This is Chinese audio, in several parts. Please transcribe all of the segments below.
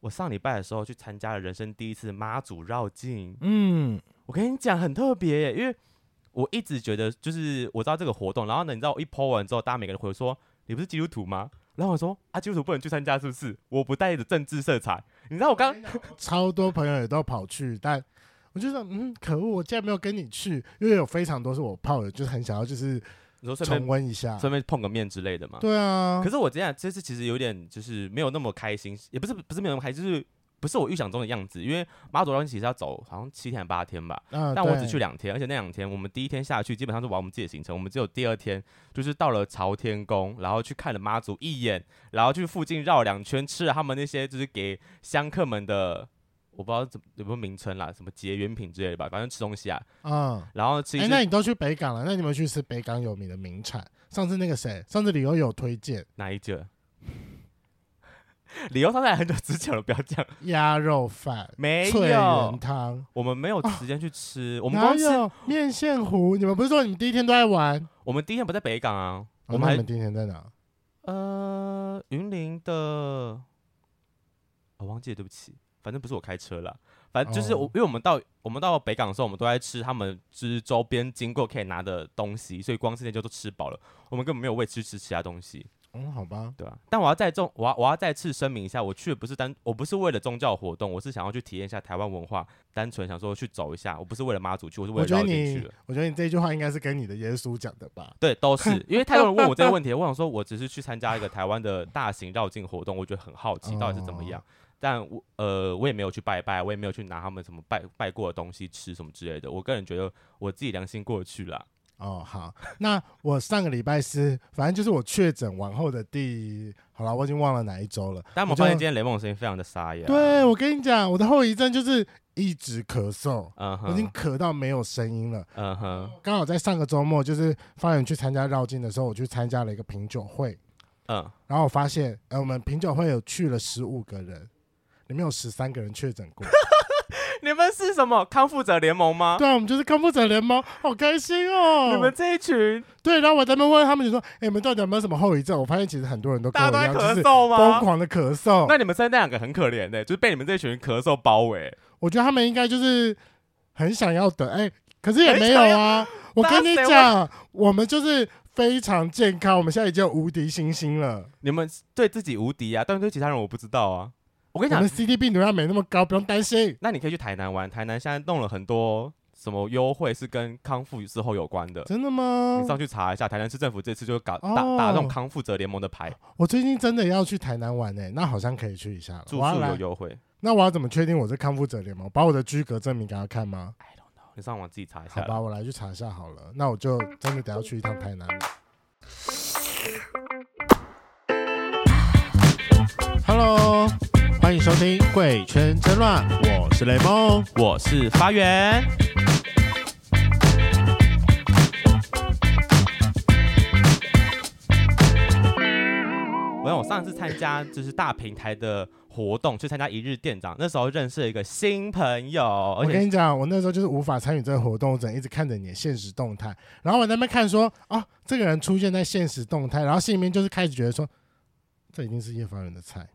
我上礼拜的时候去参加了人生第一次妈祖绕境，嗯，我跟你讲很特别耶，因为我一直觉得就是我知道这个活动，然后呢，你知道我一 po 完之后，大家每个人回说你不是基督徒吗？然后我说啊，基督徒不能去参加是不是？我不带着政治色彩，你知道我刚超多朋友也都跑去，但我就说，嗯，可恶，我竟然没有跟你去，因为有非常多是我泡的，就是很想要就是你说顺重便温一下。顺便碰个面之类的嘛。啊对啊可，是我这样这次其实有点就是没有那么开心，也不是不是没有那么开心，就是不是我预想中的样子。因为妈祖绕境其实要走好像七天还八天吧，嗯，但我只对去两天，而且那两天我们第一天下去基本上是玩我们自己的行程，我们只有第二天就是到了朝天宫，然后去看了妈祖一眼，然后去附近绕两圈，吃了他们那些就是给香客们的。我不知道怎么有没有名称啦，什么结缘品之类的吧，反正吃东西啊，嗯。然后吃一哎、些、那你都去北港了，那你们去吃北港有名的名产？上次那个谁，上次李欧有推荐哪一个？ 理由上在很久之前了，不要这样。鸭肉饭、没有翠园，汤，我们没哦有时间去吃，我我们光吃，面线糊。你们不是说你们第一天都在玩？我们第一天不在北港啊，哦我那们你还们第一天在哪？呃云林的，哦我、忘记了，对不起，反正不是我开车啦，反正就是我，哦因为我们到我们到北港的时候，我们都在吃他们就是周边经过可以拿的东西，所以光是那就都吃饱了，我们根本没有位置去吃其他东西，嗯，好吧，对吧、啊但我要再重，我要我要再次声明一下，我去的不是单，我不是为了宗教活动，我是想要去体验一下台湾文化，单纯想说去走一下，我不是为了妈祖去，我是为我了觉得绕境去你的。，我觉得你这句话应该是跟你的耶稣讲的吧？对，都 是因为太多人问我这个问题，我想说，我只是去参加一个台湾的大型绕境活动，我觉得很好奇到底是怎么样。但我呃，我也没有去拜拜，我也没有去拿他们什么拜拜过的东西吃什么之类的。我个人觉得我自己良心过得去啦。哦，好，那我上个礼拜是，反正就是我确诊完后的第，好了，我已经忘了哪一周了。但我我们就发现今天雷梦的声音非常的沙哑。，对，我跟你讲，我的后遗症就是一直咳嗽，嗯我已经哼，咳到没有声音了。嗯哼，刚好在上个周末，就是方圆去参加绕境的时候，我去参加了一个品酒会，嗯，然后我发现，呃，我们品酒会有去了十五个人，里面有十三个人确诊 过。 你们是什么康复者联盟吗？对啊，我们就是康复者联盟，好开心哦！你们这一群对，然后我在那边问他们，就说：“哎、你们到底有没有什么后遗症？”我发现其实很多人都跟大我家一都在咳样，就是嗽疯吗？狂的咳嗽。那你们现在两个很可怜的、就是被你们这群咳嗽包围。我觉得他们应该就是很想要得，哎、可是也很没有想啊。我跟你大家谁会讲，我们就是非常健康，我们现在已经有无敌星星了。你们对自己无敌啊，但对其他人我不知道啊。我跟我你讲们，CD 病毒量没那么高，不用担心。那你可以去台南玩，台南现在弄了很多什么优惠是跟康复之后有关的。真的吗你？上去查一下，台南市政府这次就搞打、哦打这种康复者联盟的牌，我最近真的要去台南玩诶、哎那好像可以去一下了。住我要宿有来，优惠。那我要怎么确定我是康复者联盟？把我的居格证明给他看吗？你上网自己查一好下吧，啦。我来去查一下好了。那我就真的得要去一趟台南了。Hello，欢迎收听《贵圈争乱》，我是雷梦。我是发源，我想我上次参加就是大平台的活动，去参加一日店长，那时候认识了一个新朋友，我而且跟你讲，我那时候就是无法参与这个活动，我只能一直看着你的现实动态。然后我在那边看说，哦，这个人出现在现实动态，然后心里面就是开始觉得说，这一定是叶凡人的菜。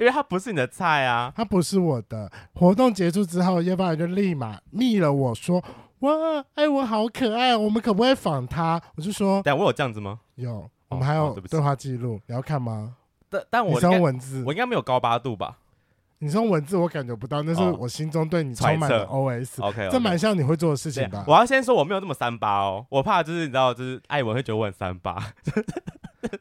因为他不是你的菜啊，他不是我的。活动结束之后，叶爸就立马密了我说：“哇，哎，我好可爱，我们可不可以仿他？”我就说啊但我有这样子吗？：“有，我们还有哦对不起对话记录，你要看吗？但但你我是用应该文字我，应该没有高八度吧你是用文字，我感觉不到，那是哦我心中对你充满了揣测哦 OS。 ？OK，这蛮像你会做的事啊情吧？啊我要先说我没有这么三八哦，我怕就是你知道，就是艾文会觉得我很三嗯八。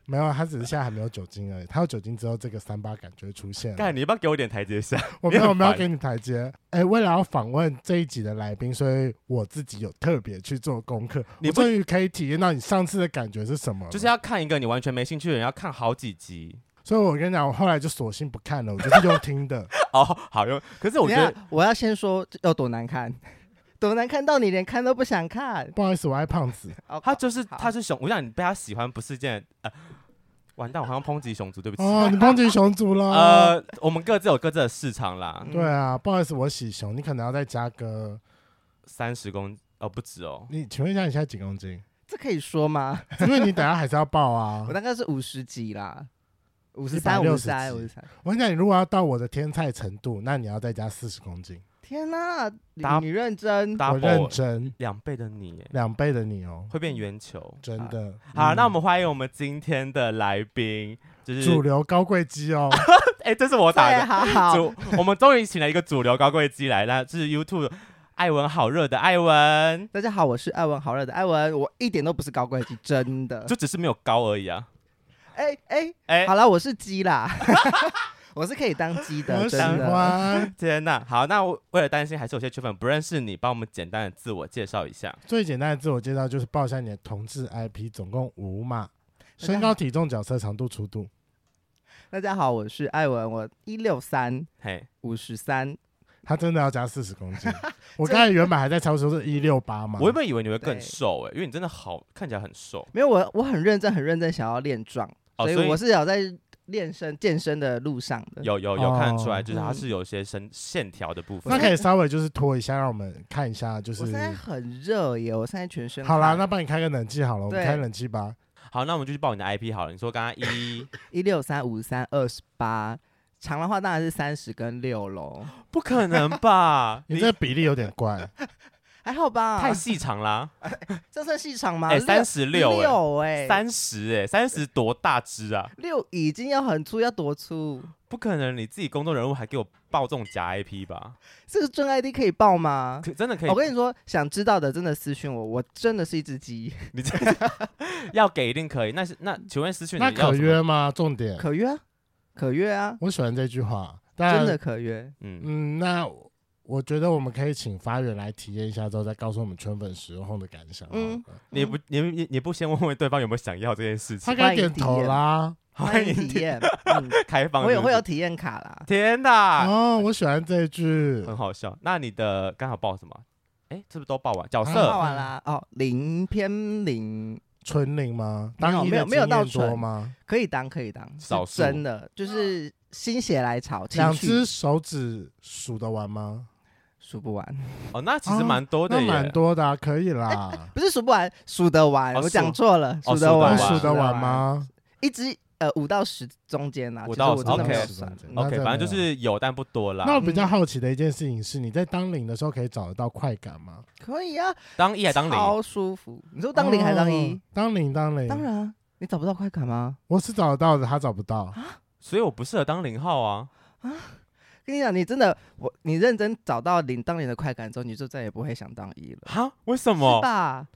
没有，啊他只是现在还没有酒精而已。他有酒精之后，这个三八感觉会出现 了。干，你要不要给我一点台阶下？我没你有，很我没有烦给你台阶。哎，为了要访问这一集的来宾，所以我自己有特别去做功课。你我不终于可以体验到你上次的感觉是什么了，就是要看一个你完全没兴趣的人，要看好几集所以我跟你讲，我后来就索性不看了，我就是用 听的。哦，好用。可是我觉等一得下我要先说要多难看， 多难看到你连看都不想看。不好意思，我爱 胖子。好他就是他是是熊，我想你被他喜欢不是一件呃，完蛋，我好像抨击熊族，对不起。哦，你抨击熊族了？呃，我们各自有各自的市场啦，对啊，不好意思，我喜熊，你可能要再加个。三十公哦不止哦，你请问一下，你现在几公斤？这可以说吗？ 因为你等下还是要报啊我。大概是五十几啦，五十三、五十三、 160五十三。我跟你讲，你如果要到我的天菜程度，那你要再加四十公斤。天哪、你搭你认真？我认 double 真，两倍的你耶，两倍的你哦，会变圆球。真的。好，嗯那我们欢迎我们今天的来宾，就是 主流高贵鸡哦，哎、这是我打对，的。好好。主，我们终于请了一个主流高贵机来，那是 YouTube 艾文好热的艾文，大家好，我是艾文好热的艾文，我一点都不是高贵鸡，真 的。就只是没有高而已啊。哎哎，哎、好啦，我是鸡 啦， 我是可以当鸡的，我喜啊真的。欢。天呐，好，那我为了担心还是有些圈粉不认识你，帮我们简单的自我介绍一下。最简单的自我介绍就是报一下你的同志 IP，总共五 码，大家身高、体重、角色、长度、粗度。大家好，我是艾文，我一六三嘿，五十三，他真的要加四十公 斤。我刚才原本还在超说是一六八嘛，我原本以为你会更对瘦哎、因为你真的好看起来很瘦没有我，我很认真，很认真想要练壮，哦，所所以我是有在练身健身的路上的。有有有看得出来，哦就是它嗯是有一些身线条的部那分。可以稍微就是拖一下，让我们看一下，就我是现在很热耶，我现在全身好啦，汗那帮你开个冷气好了，我们对开冷气吧。好，那我们就去报你的 IP 好了。你说刚刚一一六三五三二十八，长的话当然是三十跟六喽， 不可能 吧？你这比例有点 怪，还好吧？太细长啦！这算细长吗？哎，六三十六六哎，哎，三十哎，三十多大只啊？六已经要很粗，要多粗？不可能，你自己公众人物还给我报这种假 IP 吧？这个真 ID 可以报吗？可真的可以？我跟你说，想知道的真的私讯我，我真的是一只鸡，你这 要给一定可以。那是那请问思讯那你要可什么？约吗？重哦点，可约啊，可约啊，我喜欢这句话，真但的可约。嗯，嗯，那我觉得我们可以请发源来体验一下之后，再告诉我们圈粉使用后的感想。嗯嗯，你不你你你不先问问对方有没有想要这件事他情？该点头哦啦。欢迎体 验，嗯，开放我也是不会是有体验卡啦。天哪，啊哦，我喜欢这一句。嗯很好笑。那你的刚好报什么？哎，是不是都报完角嗯报色？完啦， 哦，零偏零，纯零吗？没有当一的没有没有到经验多纯吗？可以当，可以当，是少数真的就是心血来潮，情两绪只手指数得完吗？数不完，哦，那其实蛮多的啊那耶，蛮多的、啊，可以啦。不是数不完，数得完，哦我数讲错了，哦得那完数数得完？吗？一只呃五到十中间啦，五其实到我真的 OK 没有十算嗯中间那 OK，真的反正就没有是有，但不多那啦。我比较好奇的一件事情是，你在当零的时候可以找得到快感吗？可以啊，当一还当零，超舒服。你说当零还当一哦？？当零当零，当然啊，你找不到快感吗？我是找得到的，他找不到。啊所以我不适合当零号啊。跟你讲，你真的我你认真找到零当零的快感之后，你就再也不会想当一了，哈？为什是么？吧？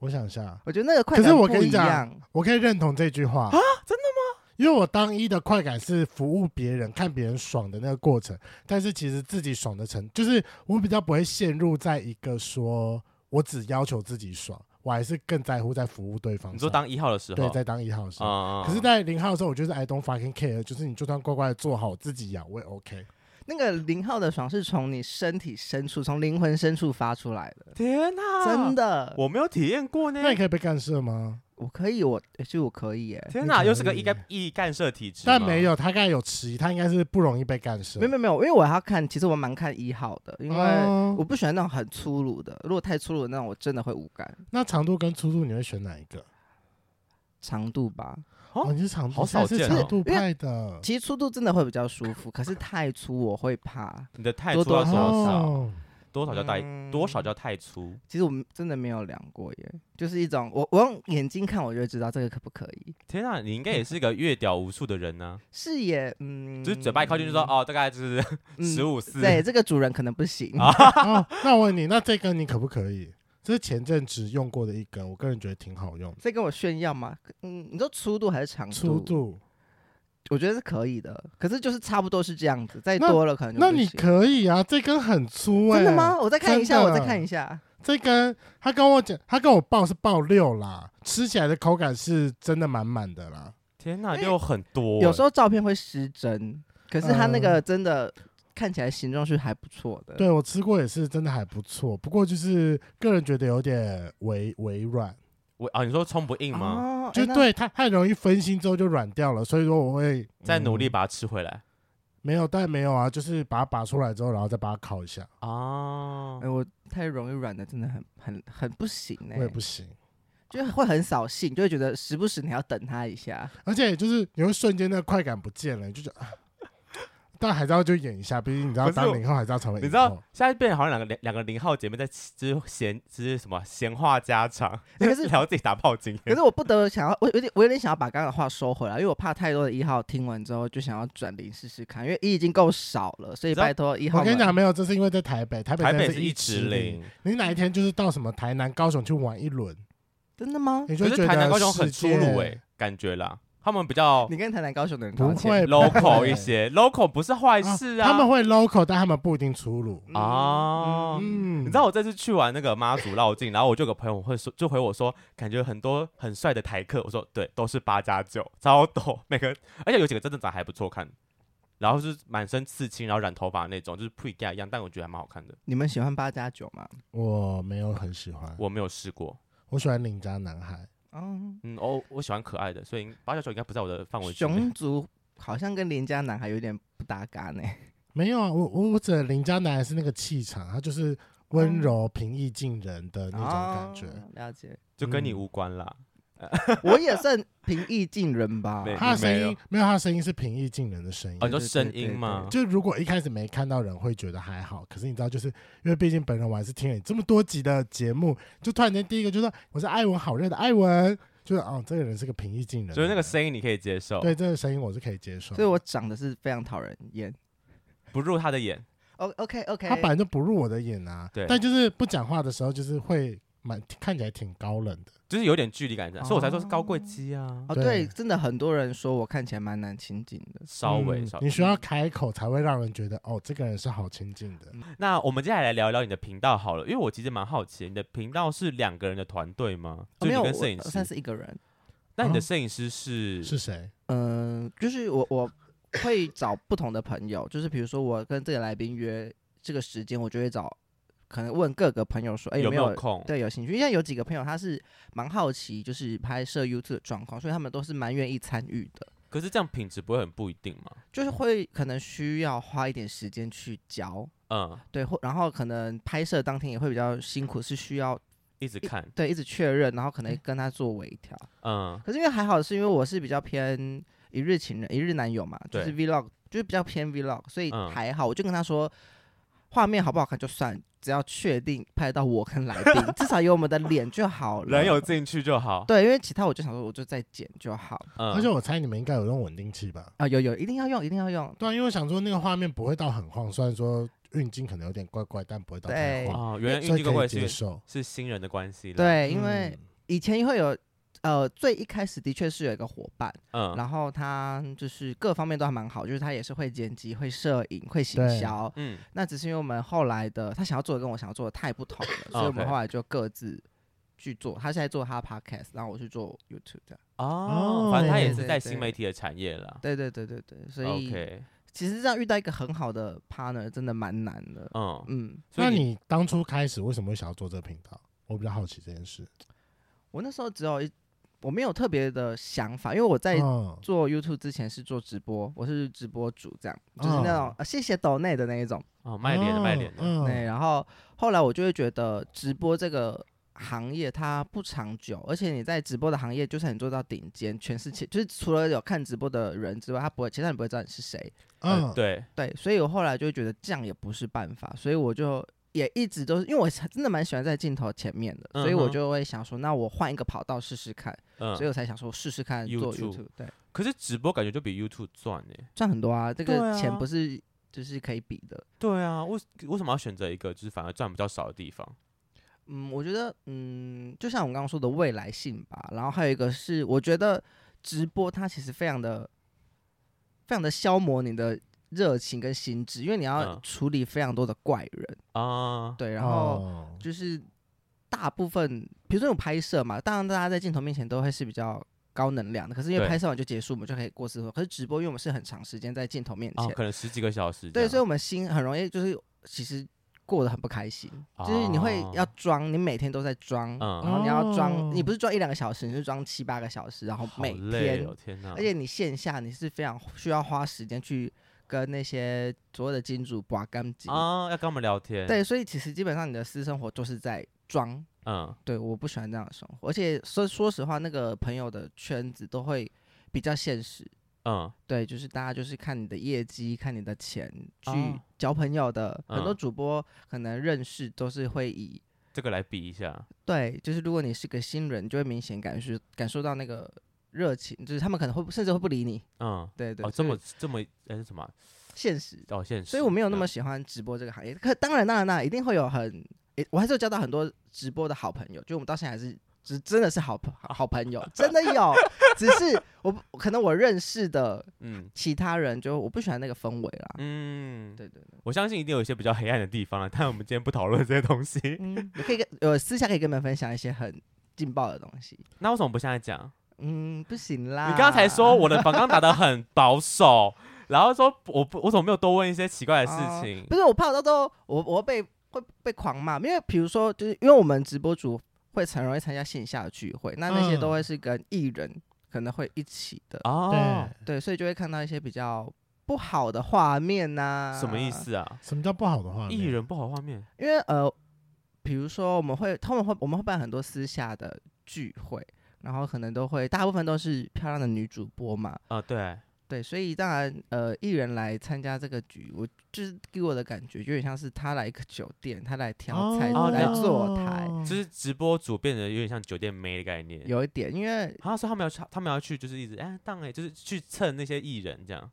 我想一下，我觉得那个快可感是我不跟你一讲样，我可以认同这句话啊？真的吗？因为我当一的快感是服务别人、看别人爽的那个过程，但是其实自己爽的程，就是我比较不会陷入在一个说我只要求自己爽，我还是更在乎在服务对方上。你说当一号的时候，对，在当一号的时候。啊可是，在零号的时候，我就是 I don't fucking care，就是你就算乖乖的做好自己养，我也 OK。那个零号的爽是从你身体深处、从灵魂深处发出来的，啊天哪，真的。我没有体验过呢。那你可以被干涉吗？我可以，我其实我可以耶。天哪，你可以又是个一干一干涉体质，但没。有，他应该有迟疑，他应该是不容易被干涉。没有没有没有，因为我还要看，其实我蛮看一号的，因为哦我不喜欢那种很粗鲁的。如果太粗鲁的那种，我真的会无感。那长度跟粗度你会选哪一个？长度吧，哦哦，你是长度，好少见哦现在是长度派的。其实粗度真的会比较舒服，可是太粗我会怕。你的太粗到多多多少？哦，多少叫太嗯多少叫太粗？其实我们真的没有量过耶，就是一种我我用眼睛看我就知道这个可不可以。天哪，你应该也是一个阅屌无数的人呢。是也，嗯，就是嘴巴一靠近就说哦，大概就是嗯十五四。对，这个主人可能 不行。啊哦那我问你，那这根你可不可以？这是前阵子用过的一根，我个人觉得挺好用的。在跟我炫耀吗？嗯，你说粗度还是长粗度，我觉得是可以的，可是就是差不多是这样子，再那多了可能就那不你行可以啊，这根很粗哎、真的？吗？我再看一下，真我的啊再看一下。这根他跟我讲，他跟我报是报六啦，吃起来的口感是真的满满的啦。天哪，又很多。欸有时候照片会失真，可是它那个真的看起来形状是还不错的。嗯对我吃过也是真的还不错，不过就是个人觉得有点微微软，我啊，你说冲不硬吗？哦，就哎那对它太容易分心之后就软掉了，所以说我会再嗯努力把它吃回来没有，但没有啊，就是把它拔出来之后，然后再把它烤一下，啊嗯哎，。我太容易软的，真的很很很不行哎、我也不行。就会很扫兴，就会觉得时不时你要等他 一下。而且就是你会瞬间那个快感不见了，你就觉得，啊但还是要就演一下，毕竟你知道可是当我零号还是要成为你零知道后。现在变成好像两个两两个零号姐妹在就是闲就是什么闲话家常，欸可就是聊自己打炮经可验。是我不得想要，我有点我有点想要把刚刚的话收回来，因为我怕太多的一号听完之后就想要转零试试看，因为一已经够少了，所以知道拜托一号我们。跟你讲，没有，这是因为在台北，台北台真的北是是一直直零，，你哪一天就是到什么台南、高雄去玩一轮，真的吗？你就可觉是得台南高雄很世粗界鲁哎，感觉啦，他们比较你跟台南、高雄的人道不歉会 local 吧一些，local 不是坏啊事他们啊。会 local，但他们不一定粗鲁。嗯啊，嗯，你知道我这次去玩那个妈祖绕境，然后我就有个朋友会说，就回我说，感觉很多很帅的台客，我说对，都是八加九，超多，每个，而且有几个真的长得还不错看，然后是满身刺青，然后染头发那种，就是 pre g a 一样，但我觉得还蛮好看的，你们喜欢八加九吗？我没有很喜欢，我没有试过，我喜欢邻家男孩。嗯，嗯，哦，我喜欢可爱的，所以八加九应该不在我的范围之内熊。族好像跟邻家男孩有点不搭嘎呢。没有啊，我我我指的邻家男孩是那个气场，他就是温柔、平易近人的那种感觉。哦了解，就跟你嗯无关啦。我也算平易近人吧。 对他的声没音有没有，他的声音是平易近人的声音哦，。你说对对声对音对嘛，就如果一开始没看到人，会觉得还好。可是你知道，就是因为毕竟本人我还是听了你这么多集的节目，就突然间第一个就说我是艾文，好热的艾文，就是哦，这个人是个平易近人的人，就是那个声音你可以接受，对这个声音我是可以接受。所以我长得是非常讨人厌。哦不入他的眼， O OK OK，他本来就不入我的眼啊，对但就是不讲话的时候，就是会蛮看起来挺高冷的。就是有点距离感的，所以我才说是高贵哦鸡啊，哦对对，真的很多人说我看起来蛮难亲近的。稍微嗯稍微你。需要开口才会让人觉得哦，这个人是好亲近的。那我们接下来来聊一聊你的频道好了，因为我其实蛮好奇，你的频道是两个人的团队吗？哦就没你有，跟我摄影呃算师？是一个人。那你的啊摄影师是是谁？嗯，就是我我会找不同的朋友，就是比如说我跟这个来宾约这个时间，我就会找，可能问各个朋友说，哎、有没没有空？对有兴趣？因为有几个朋友他是蛮好奇，就是拍摄 YouTube 的状况，所以他们都是蛮愿意参与的。可是这样品质不会很不一定吗？就是会可能需要花一点时间去教，嗯，对，或然后可能拍摄当天也会比较辛苦，是需要一直看，对一直确认，然后可能跟他做微调。嗯，可是因为还好，是因为我是比较偏一日情人、一日男友嘛，就是对 vlog，就是比较偏 vlog，所以嗯还好。我就跟他说，画面好不好看就算，只要确定拍到我跟来宾，至少有我们的脸就好了。人有进去就好。对，因为其他我就想说，我就再剪就好嗯而且我猜你们应该有用稳定器吧？啊。有有，一定要用，一定要用。对啊，因为我想说那个画面不会到很晃，虽然说运镜可能有点怪怪，但不会到太对晃，哦，原来所运气以怪可以怪接是受。是新人的关系啦。，对，因为嗯以前会有。呃，最一开始的确是有一个伙伴，嗯然后他就是各方面都还蛮好，就是他也是会剪辑、会摄影、会行对销，嗯，那只是因为我们后来的他想要做的跟我想要做的太不同了，所以我哦们 OK 后来就各自去做。他现在做他的 podcast，然后我去做 YouTube 这样。哦，哦反正他对也对是在对新媒体的产业啦。对对对对对，所以 OK，其实这样遇到一个很好的 partner 真的蛮难的。嗯，嗯，所那以你当初开始为什么会想要做这个频道？我比较好奇这件事。我那时候只有一我没有特别的想法，因为我在嗯，做 YouTube 之前是做直播，我是直播主这样，就是那种、哦呃、谢谢抖内的那一种。哦卖脸的卖脸的，嗯对，然后后来我就会觉得直播这个行业它不长久，而且你在直播的行业，就算你做到顶尖，全世界就是除了有看直播的人之外，他不会，其他人不会知道你是谁。嗯，嗯，对，哎对，所以我后来就会觉得这样也不是办法，所以我就。也一直都是，因为我真的蛮喜欢在镜头前面的，所以嗯我哼就会想说，那我换一个跑道试试看，嗯所以。我才想说试试看做 YouTube YouTube，对，可是直播感觉就比 YouTube 赚哎。赚很多啊，这对个啊钱不是就是可以比的，对啊，为为什么要选择一个就是反而赚比较少的地方？嗯，我觉得，嗯，就像我们刚刚说的未来性吧，然后还有一个是，我觉得直播它其实非常的、非常的消磨你的热情跟心智，因为你要嗯处理非常多的怪人，啊，对，然后哦就是大部分，比如说有拍摄嘛，当然大家在镜头面前都会是比较高能量的，可是因为对拍摄完就结束，我们就可以过生活。可是直播，因为我们是很长时间在镜头面前，哦，可能十几个小时这对，样。所以我们心很容易就是其实过得很不开心，就是你会要哦装，你每天都在装，嗯然后你要装，你哦不是装一两个小时，你是装七八个小时，然后好每累天，哦，天哪！而且你线下你是非常需要花时间去跟那些所有的金主把干净，哦啊，要跟我们聊天。对，所以其实基本上你的私生活就是在装，嗯，对，我不喜欢这样的生活，而且说说实话，那个朋友的圈子都会比较现实，嗯，对，就是大家就是看你的业绩，看你的钱去哦交朋友的。很多嗯主播可能认识都是会以这个来比一下，对，就是如果你是个新人，你就会明显感受感受到那个热情，就是他们可能会甚至会不理你。嗯，对对，哦，这所以么这么呃是什么啊现实，哦现实，所以我没有那嗯么喜欢直播这个行业。可当然当然当然，一定会有很，诶我还是有交到很多直播的好朋友，就我们到现在还是。只真的是好朋好朋友，真的 有，只是我不可能我认识的嗯其他人，就我不喜欢那个氛围啦。嗯，对对对，我相信一定有一些比较黑暗的地方了，但我们今天不讨论这些东西。嗯，你可以跟呃私下可以跟你们分享一些很劲爆的东西。 那为什么不现在讲？嗯，不行啦。你刚才说我的反刚打得很保守，然后说我不我怎么没有多问一些奇怪的事哦情？不是我怕我到时候我我会被会被狂骂，因为比如说就是因为我们直播主会很容易参加线下的聚会，那那些都嗯会是跟艺人可能会一起的，哦，对，对，所以就会看到一些比较不好的画面呐、什么意？思啊？什么叫不好的话？艺人不好画面，因为呃，比如说我们会他们会我们会办很多私下的聚会，然后可能都会大部分都是漂亮的女主播嘛，啊，对，对，所以当然，呃，艺人来参加这个局，我就是给我的感觉，有点像是他来一个酒店，他来挑菜、哦来坐台，哦就是直播主变得有点像酒店妹的概念。有一点，因为啊，所以他们要去，他们要去，就是一直哎当哎，就是去蹭那些艺人这样。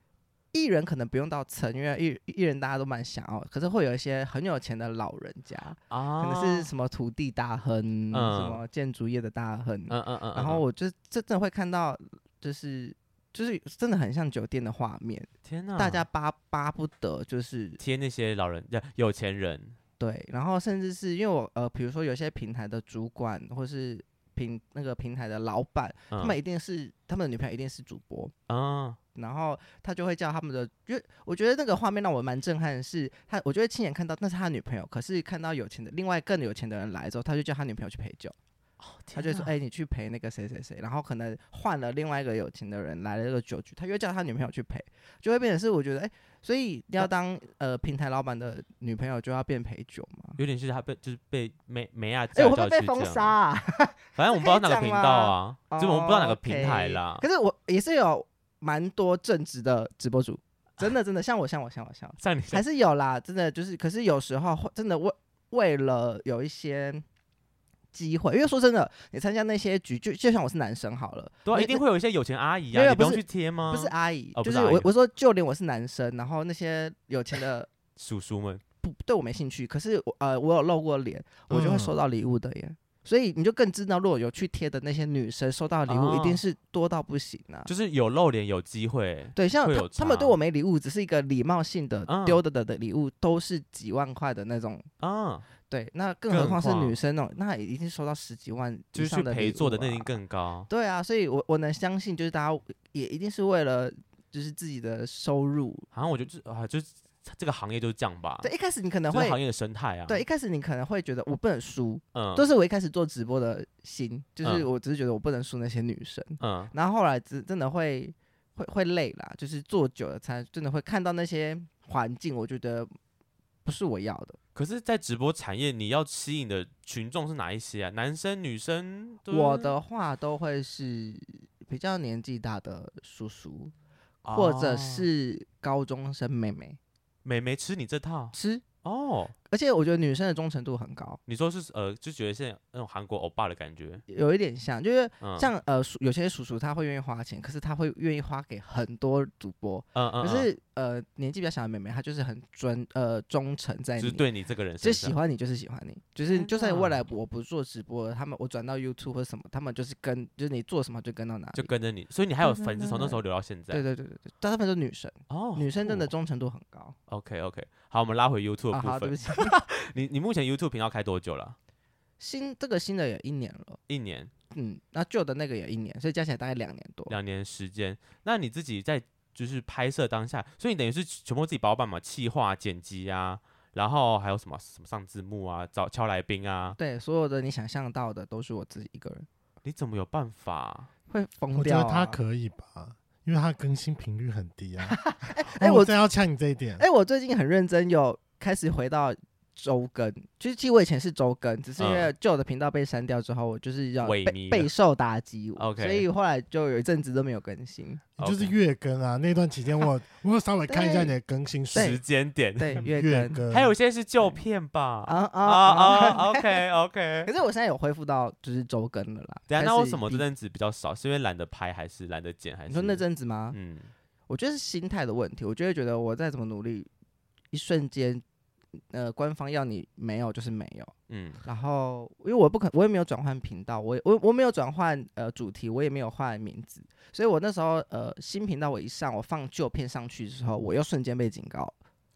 艺人可能不用到层，因为艺艺人大家都蛮想要，可是会有一些很有钱的老人家，可啊，能是什么土地大亨，什嗯么建筑业的大亨，嗯嗯嗯，然后我就真的会看到，就是就是真的很像酒店的画面，天哪，大家巴巴不得就是贴那些老人呃有钱人，对，然后甚至是因为我呃，比如说有些平台的主管或是平那个平台的老板，嗯他们一定是他们的女朋友一定是主播，啊然后他就会叫他们的，因为我觉得那个画面让我蛮震撼的是，他我就会亲眼看到那是他女朋友，可是看到有钱的另外更有钱的人来之后，他就叫他女朋友去陪酒，他就说哎、你去陪那个谁谁谁，然后可能换了另外一个有钱的人来了这个酒局，他又叫他女朋友去陪，就会变成是我觉得哎、所以要那当呃平台老板的女朋友就要变陪酒嘛。有点是他被就是被梅梅亚哎、叫我会不叫会去被这封样杀、 啊？反正我们不知道哪个频道啊，这可以讲吗就我们不知道哪个哦平台，OK 啦。可是我也是有蛮多正直的直播主，真的真的像我像我像我 像我，像你还是有啦，真的就是，可是有时候会真的为为了有一些。机会，因为说真的，你参加那些局，就就像我是男生好了，对啊，那一定会有一些有钱阿姨没啊，有你不用不去是贴吗？不是阿姨，哦不就是是阿姨我我说就连我是男生，然后那些有钱的叔叔们，不对我没兴趣，可是我呃我有露过脸，我就会嗯收到礼物的耶。所以你就更知道，如果有去贴的那些女生收到礼物，一哦定是多到不行啊。就是有露脸有机会，对，像会他有他们差对我没礼物，只是一个礼貌性的嗯丢的的的礼物，都是几万块的那种。啊，对，那更更何况是况女生那种，那已经收到十几万就以是上去的陪礼做的物那啊一定更高。对啊，所以我我能相信，就是大家也一定是为了就是自己的收入。好像我觉得就是啊，就是这个行业就是这样吧，对，一开始你可能这是行会业啊的生态啊。对一，开始你可能会觉得我不能输，嗯，这是我一开始做直播的心，就是嗯我只是觉得我不能输那些女生。嗯然后后来真真的会会会累啦，就是做久了才真的会看到那些环境，我觉得不是我要的。可是，在直播产业，你要吸引的群众是哪一些啊？男生、女生？对啊我的话都会是比较年纪大的叔叔，啊或者是高中生妹妹美眉吃你这套吃。哦？而且我觉得女生的忠诚度很高，你说是呃，就觉得现在那种韩国欧巴的感觉，有一点像，就是嗯，像呃，叔有些叔叔他会愿意花钱，可是他会愿意花给很多主播。嗯嗯，嗯可是呃，年纪比较小的妹妹，她就是很专呃忠诚在就你是对你这个人就身喜上，欢你就是喜欢你，就是天就啊算未哪来我不做直播了，他们我转到 YouTube 或什么，他们就是跟就是你嗯做什么就跟到哪里。就跟着你，所以你还有对对粉丝对从那对时候留到现在。对对对对对，大部分都是女生，哦，女生真的酷忠诚度很高。 OK OK，好，我们拉回 YouTube 啊，的部好，对分。不 起，你你目前 YouTube 频道开多久了？新这个新的也一年了，一年、嗯，那旧的那个也一年，所以加起来大概两年多。两年时间。那你自己在就是拍摄当下，所以你等于是全部自己包办嘛，企划、剪辑啊，然后还有什么什么上字幕啊，找敲来宾啊，对，所有的你想象到的都是我自己一个人，你怎么有办法啊、会疯我觉掉、得啊。他可以吧，因为他更新频率 很低啊。哎哦我哎真要呛你这一点哎、，我最近很认真，有开始回到周更，就是其实我以前是周更，只是因为嗯旧的频道被删掉之后，我就是要萎备靡了备受打击 OK 所以后来就有一阵子都没有更 新。你就是 OK 月更啊。那段期间我有 我有稍微看一下你的更新数，时间点，对，月月更更还有一些是旧片吧。啊啊啊啊！啊，OK 可 OK。是我现在有恢复到就是周更了啦。等一下，开那为始什么比这阵子比较少？是因为懒得拍，还是懒得剪，还是？你说那阵子吗？嗯，我觉得是心态的问题。我就会觉得我再怎么努力，一瞬间，呃，官方要你没有就是没有。嗯然后，因为我不可，我也没有转换频道，我也我我没有转换呃主题，我也没有换名字，所以我那时候呃新频道我一上，我放旧片上去之后，我又瞬间被警告，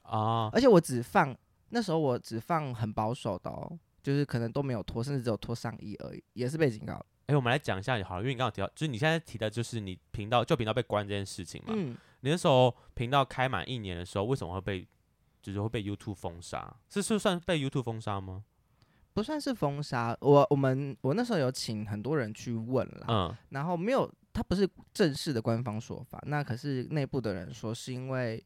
啊，而且我只放那时候我只放很保守的哦，就是可能都没有脱，甚至只有脱上衣而已，也是被警告。哎，我们来讲一下好了，因为你刚刚有提到，就是你现在提的就是你频道旧频道被关这件事情嘛。嗯，你那时候频道开满一年的时候，为什么会被就是会被 YouTube 封杀？是是算被 YouTube 封杀吗？不算是封杀，我我们我那时候有请很多人去问啦，嗯然后没有，它不是正式的官方说法，那可是内部的人说是因为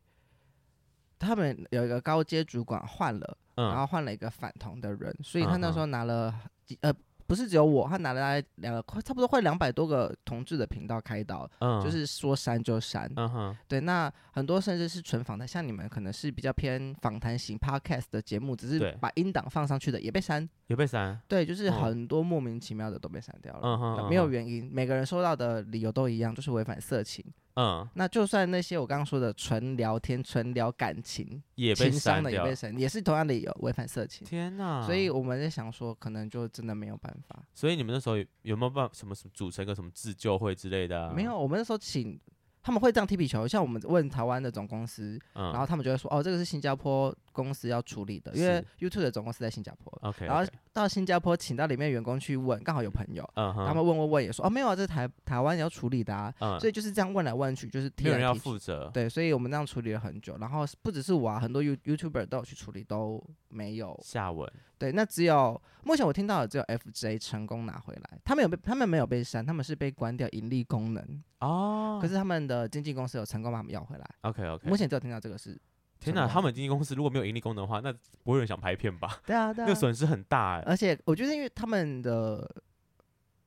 他们有一个高阶主管换了，然嗯后换了一个反同的人，所以他嗯那时候拿了几呃。不是只有我，他拿了大概两个快，差不多快两百多个同志的频道开刀，嗯，就是说删就删。嗯哼对，那很多甚至是纯访谈，像你们可能是比较偏访谈型 podcast 的节目，只对是把音档放上去的也被删。有被删。对，就是嗯很多莫名其妙的都被删掉了，嗯哼呃嗯没有哼原因，每个人收到的理由都一样，就是违反色情。嗯，那就算那些我刚刚说的纯聊天、纯聊感情、也被情删商的也掉嗯被。删，也是同样的理由违反色情。天哪！所以我们在想说，可能就真的没有办法。所以你们那时候有有没有办法什么什么组成一个什么自救会之类的、啊没有，，我们那时候请他们会这样踢皮球，像我们问台湾的总公司，嗯，然后他们就会说，哦，这个是新加坡公司要处理的，因为 YouTube 的总公司在新加坡。 OK，然后到新加坡请到里面员工去问，刚好有朋友，嗯他哼，们问问问也说，哦，没有啊，这是台台湾要处理的啊。嗯，所以就是这样问来问去，就是没贴有人来要贴去。负责，对，所以我们这样处理了很久，然后不只是我啊，很多 You YouTuber 都有去处理，都没有。下文对，那只有目前我听到的只有 FJ 成功拿回来，他们有被他们没有被删，他们是被关掉盈利功能，哦哎可是他们的经纪公司有成功把他们要回来。 OK OK，目前只有听到这个事。天哪，哪，他们经纪公司如果没有盈利功能的话，那不会有人想拍片吧？对啊对那啊个，损失很大哎、而且我觉得因为他们的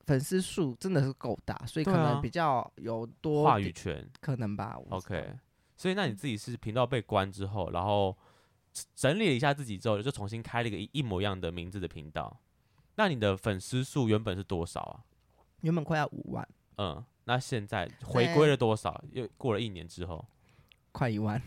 粉丝数真的是够大，所以可对啊能比较有多话点语权可能吧。我不知道 OK，所以那你自己是频道被关之后，然后整理了一下自己之后，就重新开了一个一一模一样的名字的频道。那你的粉丝数原本是多少啊？原本快要五万，嗯，那现在回在归了多少？又过了一年之后，快一万，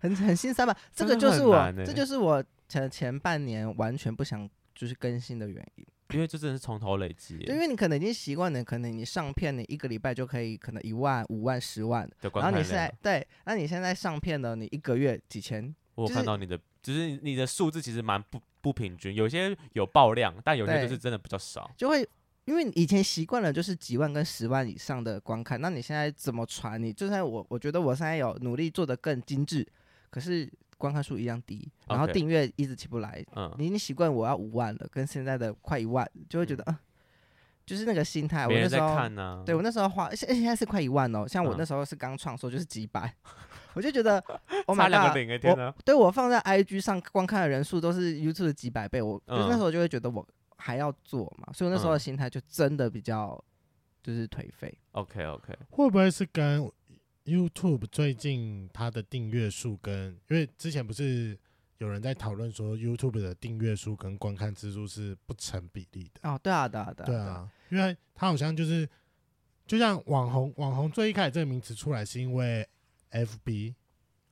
很很心塞吧？这个真的就是很我，难欸这就是我前前半年完全不想就是更新的原因，因为这真的是从头累积就因为你可能已经习惯了，可能你上片你一个礼拜就可以可能一万、五万、十万，的观然后看你现量在。对，那你现在上片呢，你一个月几千，我有就看是到你的，就是你的数字其实蛮不不平均，有些有爆量，但有些就对是真的比较少。就会。因为你以前习惯了就是几万跟十万以上的观看，那你现在怎么传？你就算我，我觉得我现在有努力做的更精致，可是观看数一样低，然后 OK 订阅一直起不来，嗯，你已经习惯我要五万了，跟现在的快一万，就会觉得啊、就是那个心态。我没嗯那人在时候，看啊呢、对我那时候花，现现在是快一万哦，像我嗯那时候是刚创收就是几百， 我就觉 得，Oh 差 my 两个 god！零哎，天哪！对我放在 IG 上观看的人数都是 YouTube 的几百倍，我、就是那嗯时候就会觉得我还要做嘛，所以我那时候的嗯心态就真的比较就是颓废。 OK OK，会不会是跟 YouTube 最近它的订阅数跟，因为之前不是有人在讨论说 YouTube 的订阅数跟观看次数是不成比例的？哦，对啊，对啊，对啊，对啊，因为它好像就是，就像网红，网红最一开始这个名词出来是因为 FB。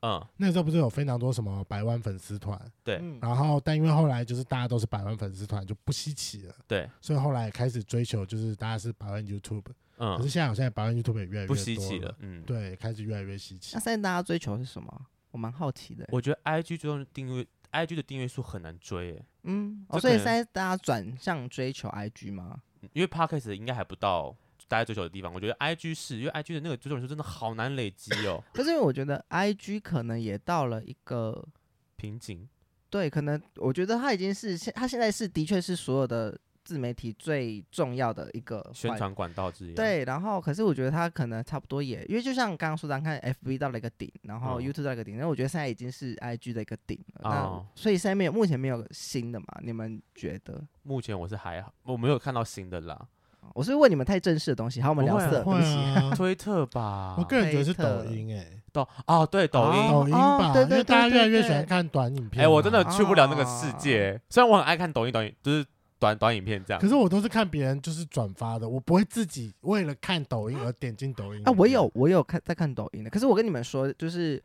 嗯，那时候不是有非常多什么百万粉丝团，对嗯，然后但因为后来就是大家都是百万粉丝团就不稀奇了，对，所以后来开始追求就是大家是百万 YouTube，可是嗯，现在好像百万 YouTube 也越来越不稀多奇了了，，嗯，对，开始越来越稀奇那。现在大家追求的是什么？我蛮好奇的欸。我觉得 IG 追踪订阅，IG 的订阅数很难追哎，嗯，这哦，所以可现在大家转向追求 IG 吗？因为 Podcast 应该还不到大家追求的地方。我觉得 IG 是因为 IG 的那个追踪人数真的好难累积 哦，可是因为我觉得 I G 可能也到了一个瓶颈。对，可能我觉得它已经是现，它现在是的确是所有的自媒体最重要的一个宣环传管道之一。，啊对，然后可是我觉得他可能差不多也，因为就像刚刚说的，看 FB 到了一个顶，然后嗯 YouTube 到了一个顶，那、我觉得现在已经是 IG 的一个顶了。哦那所以现在没有目前没有新的嘛？你们觉得？哦目前我是还好，我没有看到新的啦。我是问你们太正式的东西，好，我们不聊会啊色的会东 西。啊， 推特吧，我个人觉得是推特抖音哎，抖哦，对，抖音。抖音哦吧，对因对为大家对越来越对喜欢看短影哎、片。我真的。去不了那个世界。虽然我很爱看抖音，短影就是短短影片这样啊可。是我都是看别人就是转发的，我不会自己为了看抖音而点进抖音里啊，我面有我有看在看抖音的，可是我跟你们说，就是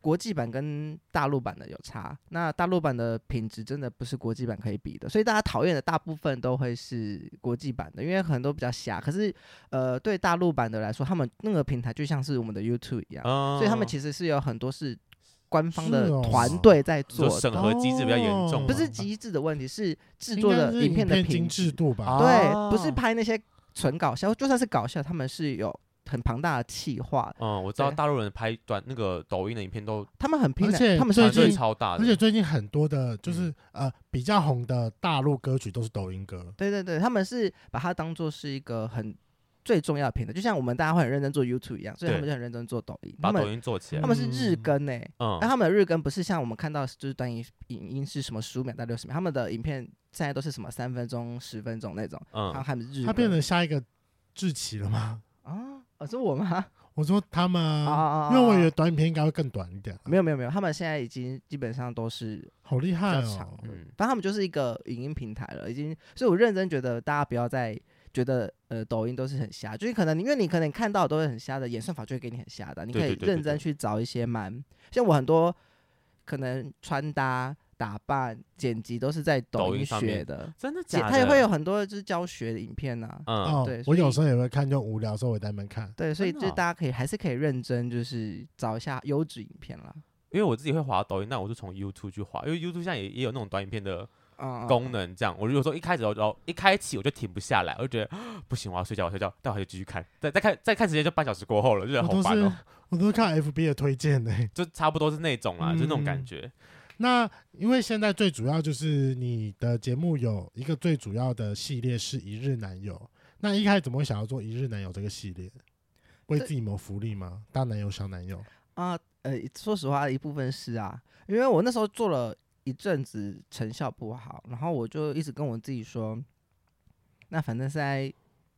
国际版跟大陆版的有差。那大陆版的品质真的不是国际版可以比的，所以大家讨厌的大部分都会是国际版的，因为很多比较瞎。可是呃，对大陆版的来说，他们那个平台就像是我们的 YouTube 一样，嗯所以他们其实是有很多是官方的是哦团队在做就的，审核机制比较严重哦嘛，不是机制的问题，是制应作该的是影片的精品质致。度吧啊？对，不是哦拍那些纯搞笑，就算是搞笑，他们是有很庞大的企划，嗯，我知道对大陆人拍短那个抖音的影片都他们很拼而的，且他们最团是队近超大的，嗯而且最近很多的，就是呃比较红的大陆歌曲都是抖音歌，对对对，他们是把它当做是一个很最重要的平台，就像我们大家会很认真做 YouTube 一样，所以他们对就很认真做抖音，他把抖们音做起他来。们啊是日更呢、嗯但，他们的日更不是像我们看到就是短影影音是什么十五秒到六十秒，他们的影片现在都是什么三分钟、十分钟那种，嗯他们日他变更成下一个志奇了吗？ 啊，哦，是我吗？我说他们啊啊，啊，因为我以有为短影片应该会更短一点，哦没有没有没有，他们现在已经基本上都是好厉害比较长哦！嗯反正他们就是一个影音平台了，已经。所以我认真觉得大家不要再觉得呃抖音都是很瞎，就是可能因为你可能看到的都会很瞎的，演算法就会给你很瞎的，你对可以对对对认真对去找一些蛮像我很多可能穿搭、打扮、剪辑都是在抖抖音音上学面的，真的剪假的？它也会有很多就是教学的影片啊呐、嗯，哦对，所我以有时候也会看，就无聊的时候我也在那边看。对，所以真的就是哦大家可以还是可以认真，就是找一下优质影片啦。因为我自己会滑抖音，那我就从 YouTube 去滑，因为 YouTube 现在也也有那种短影片的嗯，嗯功嗯能，这样我有时候一开始然后一开启我就停不下来，我就觉得 不行，我要睡觉，我要睡觉，但我还是继续看，再再看再看时间就半小时过后了，就觉得我好都烦哦是，我都是看 FB 的推荐呢、 就差不多是那种啦，就那种感嗯觉。那因为现在最主要就是你的节目有一个最主要的系列是一日男友，那一开始怎么会想要做一日男友这个系列？为这自己谋福利吗？大男友小男友？啊，呃，说实话，一部分是啊，因为我那时候做了一阵子，成效不好，然后我就一直跟我自己说，那反正现在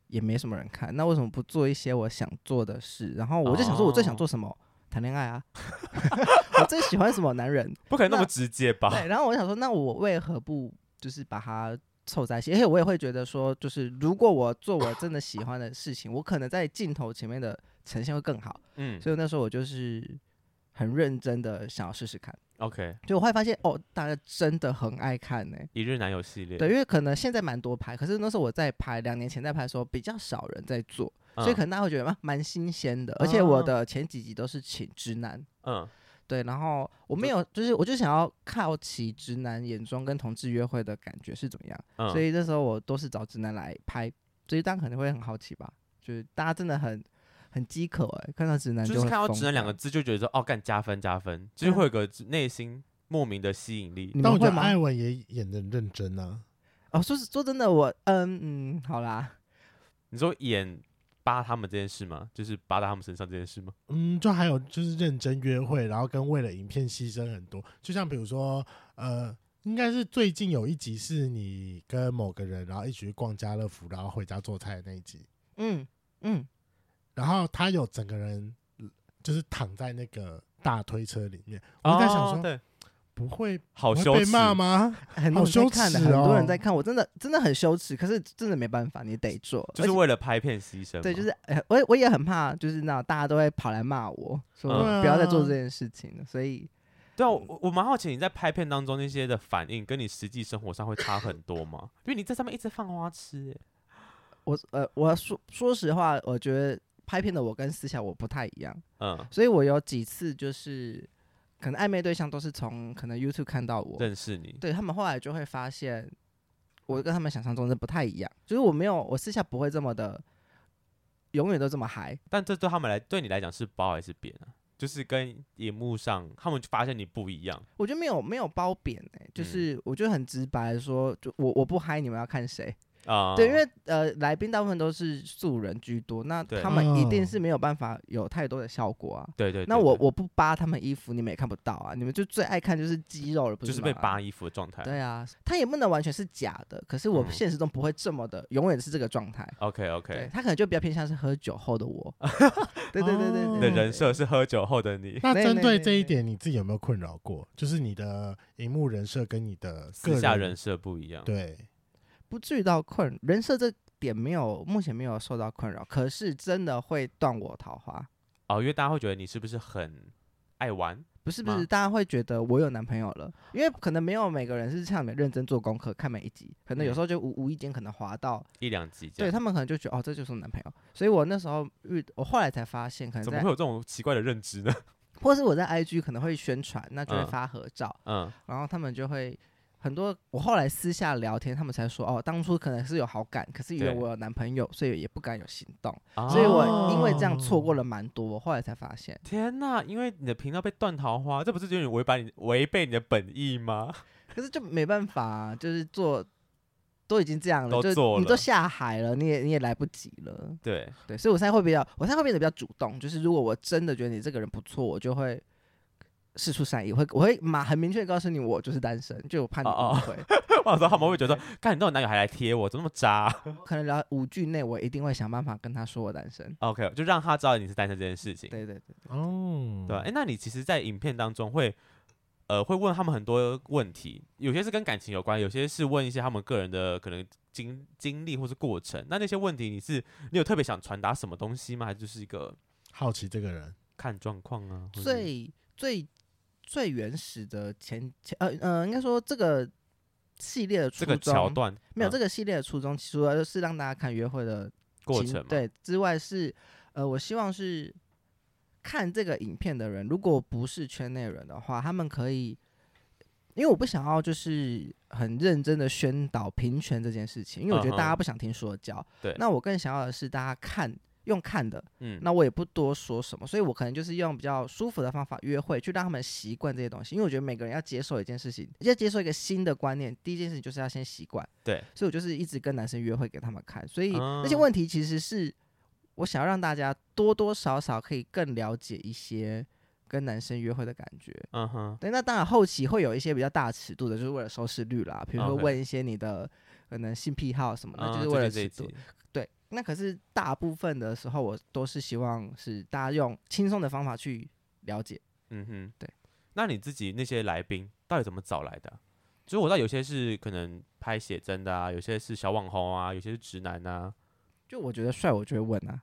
也没什么人看，那为什么不做一些我想做的事？然后我就想说，我最想做什么？谈恋爱啊， 我最喜欢什么男人？不可能那么那直接吧？对，然后我想说，那我为何不就是把它凑在一起？而且我也会觉得说，就是如果我做我真的喜欢的事情，我可能在镜头前面的呈现会更好。嗯所以那时候我就是很认真的想要试试看， ，OK，就我后来发现哦，大家真的很爱看呢、欸一日男友系列，对，因为可能现在蛮多拍，可是那时候我在拍，两年前在拍的时候比较少人在做，嗯，所以可能大家会觉得蛮蛮新鲜的。而且我哦的前几集都是请直男，嗯对，然后我没有，就是我就想要靠其直男眼中跟同志约会的感觉是怎么样，嗯，所以那时候我都是找直男来拍，所以大家可能会很好奇吧，就是大家真的很很饥渴哎、看到直男就会是看到疯直男两掉嗯个字就觉得说哦，干加分加分，就是会有个内心莫名的吸引力。你但们我会觉得吗？艾文也演的认真啊，哦，说实说真的，我嗯嗯，好啦，你说演扒他们这件事吗？就是扒到他们身上这件事吗？嗯，就还有就是认真约会，然后跟为了影片牺牲很多，就像比如说呃。应该是最近有一集是你跟某个人，然后一起去逛家乐福，然后回家做菜的那一集。嗯嗯，然后他有整个人嗯就是躺在那个大推车里面，我就在想哦说，对，不会好不羞会被耻骂吗？ 很好多人在羞看的，耻很多哦人在看，我真的真的很羞耻，可是真的没办法，你得做，就而是且为了拍片牺牲嘛。对，就是呃我也我也很怕，就是那大家都会跑来骂我说嗯不要再做这对啊件事情了，所以对啊，我我蛮好奇你在拍片当中那些的反应，跟你实际生活上会差很多吗？因为你在上面一直放花痴、欸，我呃我说说实话，我觉得拍片的我跟私下我不太一样，嗯，所以我有几次就是可能暧昧对象都是从可能 YouTube 看到我，认识你，对他们后来就会发现，我跟他们想象中的不太一样，就是我没有，我私下不会这么的，永远都这么嗨。但这对他们来，对你来讲是褒还是贬啊？就是跟荧幕上他们就发现你不一样，欸嗯我觉得没有没有褒贬哎、就是我觉得很直白地说，就我我不嗨，你们要看谁？啊，对，因为呃，来宾大部分都是素人居多，那对他们一哦定是没有办法有太多的效果啊。对对，那对我对我不扒他们衣服，你们也看不到啊。你们就最爱看就是肌肉了，不就是是被吗扒。衣服的状态。对啊，他也不能完全是假的，可是我嗯现实中不会这么的，永远是这个状态。 OK 对 OK，他可能就比较偏向是喝酒后的我。 对对对对哦对你对的人设是喝酒后的 你，那对针对对对这一对点，你自己有没有困扰过？就是你的荧幕人设跟你的个私下人设不一样。对，不至于到困人设这点没有，目前没有受到困扰，可是真的会断我桃花。哦，因为大家会觉得你是不是很爱玩？不是不吗是，大家会觉得我有男朋友了，因为可能没有每个人是像你们认真做功课看每一集，可能有嗯时候就无无意间可能滑到，一两集这对样。他们可能就觉得哦这就是我男朋友，所以我那时候遇我后来才发现，可能怎么在会有这种奇怪的认知呢？或是我在 IG 可能会宣传，那就会嗯发合照，嗯，然后他们就会很多我后来私下聊天，他们才说哦当初可能是有好感，可是因为对我有男朋友，所以也不敢有行动，啊 所以我因为这样错哦过了蛮多，我后来才发现。天呐，因为你的频道被断桃花，这不是有点违反你违背你的本意吗？ 可是就没办法、啊，就是做都已经这样了，都就做你了都下海了，你也你也来不及了，对，对，所以我才会比较，我才会变得比较主动，就是如果我真的觉得你这个人不错，我就会。事出善意，我会我会马很明确地告诉你，我就是单身，就我怕你哦误哦会。我想说他们会觉得说，看你到底哪有还来贴我，怎么那么渣啊、可能聊五句内，我一定会想办法跟他说我单身。 OK，就让他知道你是单身这件事情，对对对，哦，嗯对吧？哎、那你其实，在影片当中会，呃，会问他们很多问题，有些是跟感情有关，有些是问一些他们个人的可能经经历或是过程。那那些问题，你是你有特别想传达什么东西吗？还是就是一个好奇这个人，看状况啊？或是最最最原始的前前呃呃，应该说这个系列的初这衷个桥段没嗯有这个系列的初衷，其实主要就是让大家看约会的过情程嘛，对之外是，呃，我希望是看这个影片的人，如果不是圈内人的话，他们可以，因为我不想要就是很认真的宣导平权这件事情，因为我觉得大嗯家哼不想听说教。对那我更想要的是大家看用看的，嗯，那我也不多说什么，所以我可能就是用比较舒服的方法约会，去让他们习惯这些东西。因为我觉得每个人要接受一件事情，要接受一个新的观念，第一件事情就是要先习惯。对，所以我就是一直跟男生约会给他们看，所以啊那些问题其实是我想要让大家多多少少可以更了解一些跟男生约会的感觉。嗯哼，对，那当然后期会有一些比较大尺度的，就是为了收视率啦，比如说 OK 问一些你的可能性癖好什么的，啊就是为了这尺一度。集对，那可是大部分的时候，我都是希望是大家用轻松的方法去了解。嗯哼，对。那你自己那些来宾到底怎么找来的啊？就是我知道有些是可能拍写真的啊，有些是小网红啊，有些是直男啊，就我觉得帅，我就会问啊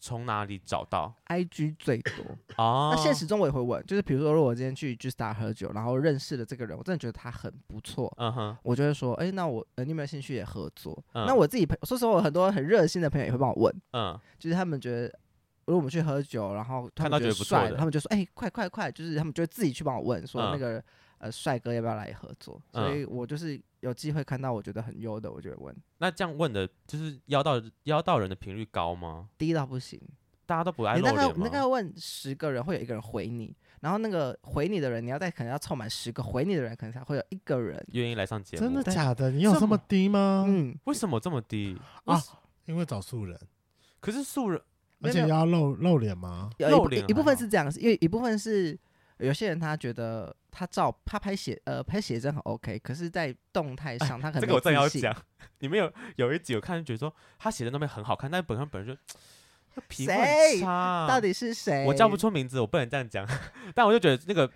从哪里找到？ ，IG 最多。 哦，那现实中我也会问，就是比如说，如果我今天去 Just 打喝酒，然后认识了这个人，我真的觉得他很不错。嗯哼，我就会说，哎、那我、呃、你有没有兴趣也合作？嗯那我自己朋，说实话，我很多很热心的朋友也会帮我问，嗯，就是他们觉得，如果我们去喝酒，然后他看到们觉得觉得不错帅的的，他们就说，哎、快快快，就是他们就会自己去帮我问，说嗯那个、呃帅哥要不要来合作？所嗯以我就是有机会看到我觉得很优的，我就会问，那这样问的，就是邀到邀到人的频率高吗？低到不行，大家都不爱你露大概脸你大概吗？问十个人，会有一个人回你，然后那个回你的人，你要再可能要凑满十个回你的人，可能才会有一个人。嗯愿意来上节目？真的对假的？你有这这么么低吗？嗯，为什么这么低？啊为什因为找素人，可是素人而没有且没有要露露脸吗？有露一部脸一一部还分好是这样，因为一部分是有些人他觉得他照他拍写呃拍写真很 OK，可是，在动态上他可哎这能没个有我正自要信，讲， 你们有有一集有看，就觉得说他写的那边很好看，但本身本人就那皮肤很谁差啊，到底是谁？我叫不。出名字，我不能这样讲。 但我就觉得那个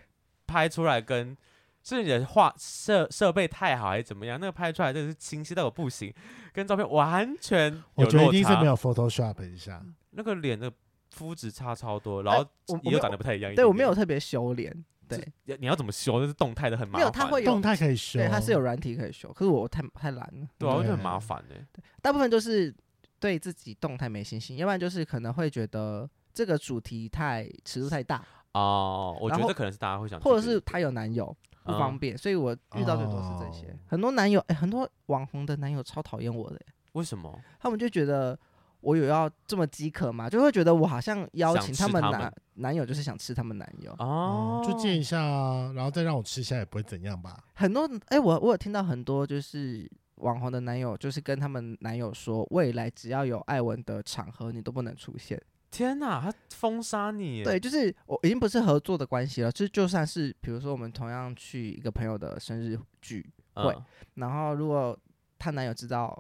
拍出来跟是你的画设设备太好还是怎么样，那个拍出来真的是清晰到我不行，跟照片完全我有觉得一落定是没差。有 Photoshop 一下，那个脸的肤质差超多，然哎后我我也没有有长得不太一样一点点。对我没有特别修脸，对这，你你要怎么修？这是动态的，很麻烦。没有它会有动态可以修，对，它是有软体可以修，可是我我太太懒了，对啊，我觉得对很麻烦哎、大部分都是对自己动态没信心，要不然就是可能会觉得这个主题太尺度太大，哦，我觉然得后这可能是大家会想去或的者一点，是她有男友不方嗯便，所以我遇到最多是这些。哦很多男友，哎、很多网红的男友超讨厌我的、欸为什么？他们就觉得我有要这么饥渴吗？就会觉得我好像邀想请吃他们他男们男友，就是想吃他们男友。哦哦，，就见一下啊，然后再让我吃一下也不会怎样吧？很多哎、我我有听到很多就是网红的男友就是跟他们男友说，未来只要有艾文的场合，你都不能出现。天哪，他封杀你耶，对，就是我已经不是合作的关系了，就就算是比如说我们同样去一个朋友的生日聚，嗯会然后如果她男友知道，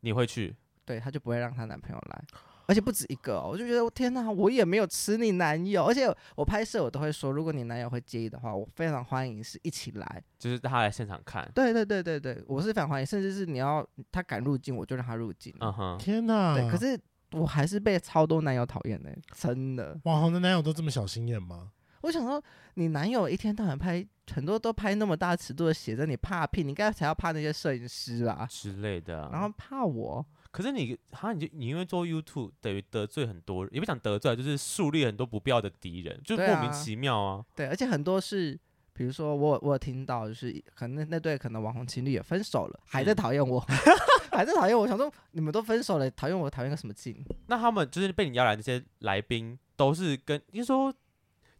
你会去？对，她就不会让她男朋友来，而且不止一个哦、我就觉得天哪，我也没有吃你男友，而且我拍摄我都会说，如果你男友会介意的话，我非常欢迎是一起来。就是他来现场看，对对对对对，我是非常欢迎，甚至是你要他敢入境，我就让他入境。嗯哼，天哪！对，可是我还是被超多男友讨厌的，真的。网红的男友都这么小心眼吗？我想说，你男友一天到晚拍很多都拍那么大尺度的写真，你怕屁？你该才要怕那些摄影师吧？之类的。然后怕我？可是你，哈，你就你因为做 YouTube 等于得罪很多人，也不想得罪，啊就是树立很多不必要的敌人，就对莫名啊其妙啊。对，而且很多是，比如说我我有听到，就是可能那那对可能网红情侣也分手了，还在嗯讨厌我， 还在讨厌我。想说你们都分手了，讨厌我讨厌个什么劲？那他们就是被你邀来那些来宾，都是跟你说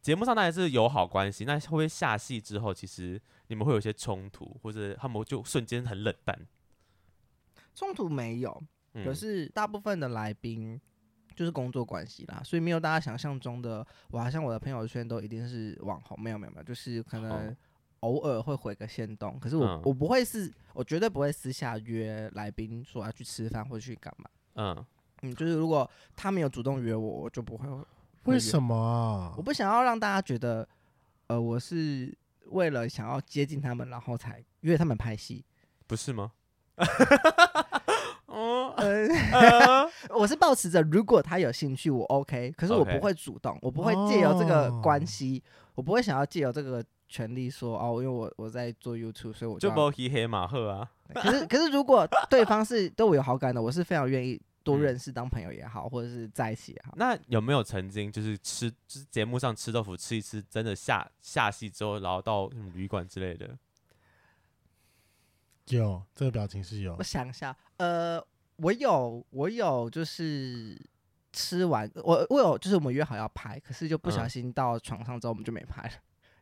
节目上当然是友好关系，那会不会下戏之后，其实你们会有一些冲突，或者他们就瞬间很冷淡？冲突没有，嗯、可是大部分的来宾就是工作关系啦，所以没有大家想象中的，我好像我的朋友圈都一定是网红，没有没有没有，就是可能哦偶尔会回个线动，可是我、嗯我不会是，我绝对不会私下约来宾说要去吃饭或去干嘛，嗯，嗯，就是如果他没有主动约我，我就不会，为什么啊我？不想要让大家觉得，呃，我是为了想要接近他们，然后才约他们拍戏，不是 吗？哦，呃，呃我是保持着如果他有兴趣，我 OK，可是我 OK 不会主动，我不会借由这个哦关系，我不会想要借由这个权利说哦，因为我我在做 YouTube，所以我就就要没黑黑马赫啊。可是可是如果对方是对我有好感的，我是非常愿意多嗯认识，当朋友也好，或者是在一起也好。那有没有曾经就是吃就是节目上吃豆腐吃一吃，真的下下戏之后，然后到什么旅馆之类的？有这个表情是有我，想一下，呃，我有我有就是。吃完我我有就是我们约好要拍，可是就不小嗯心到床上之后我们就没拍了，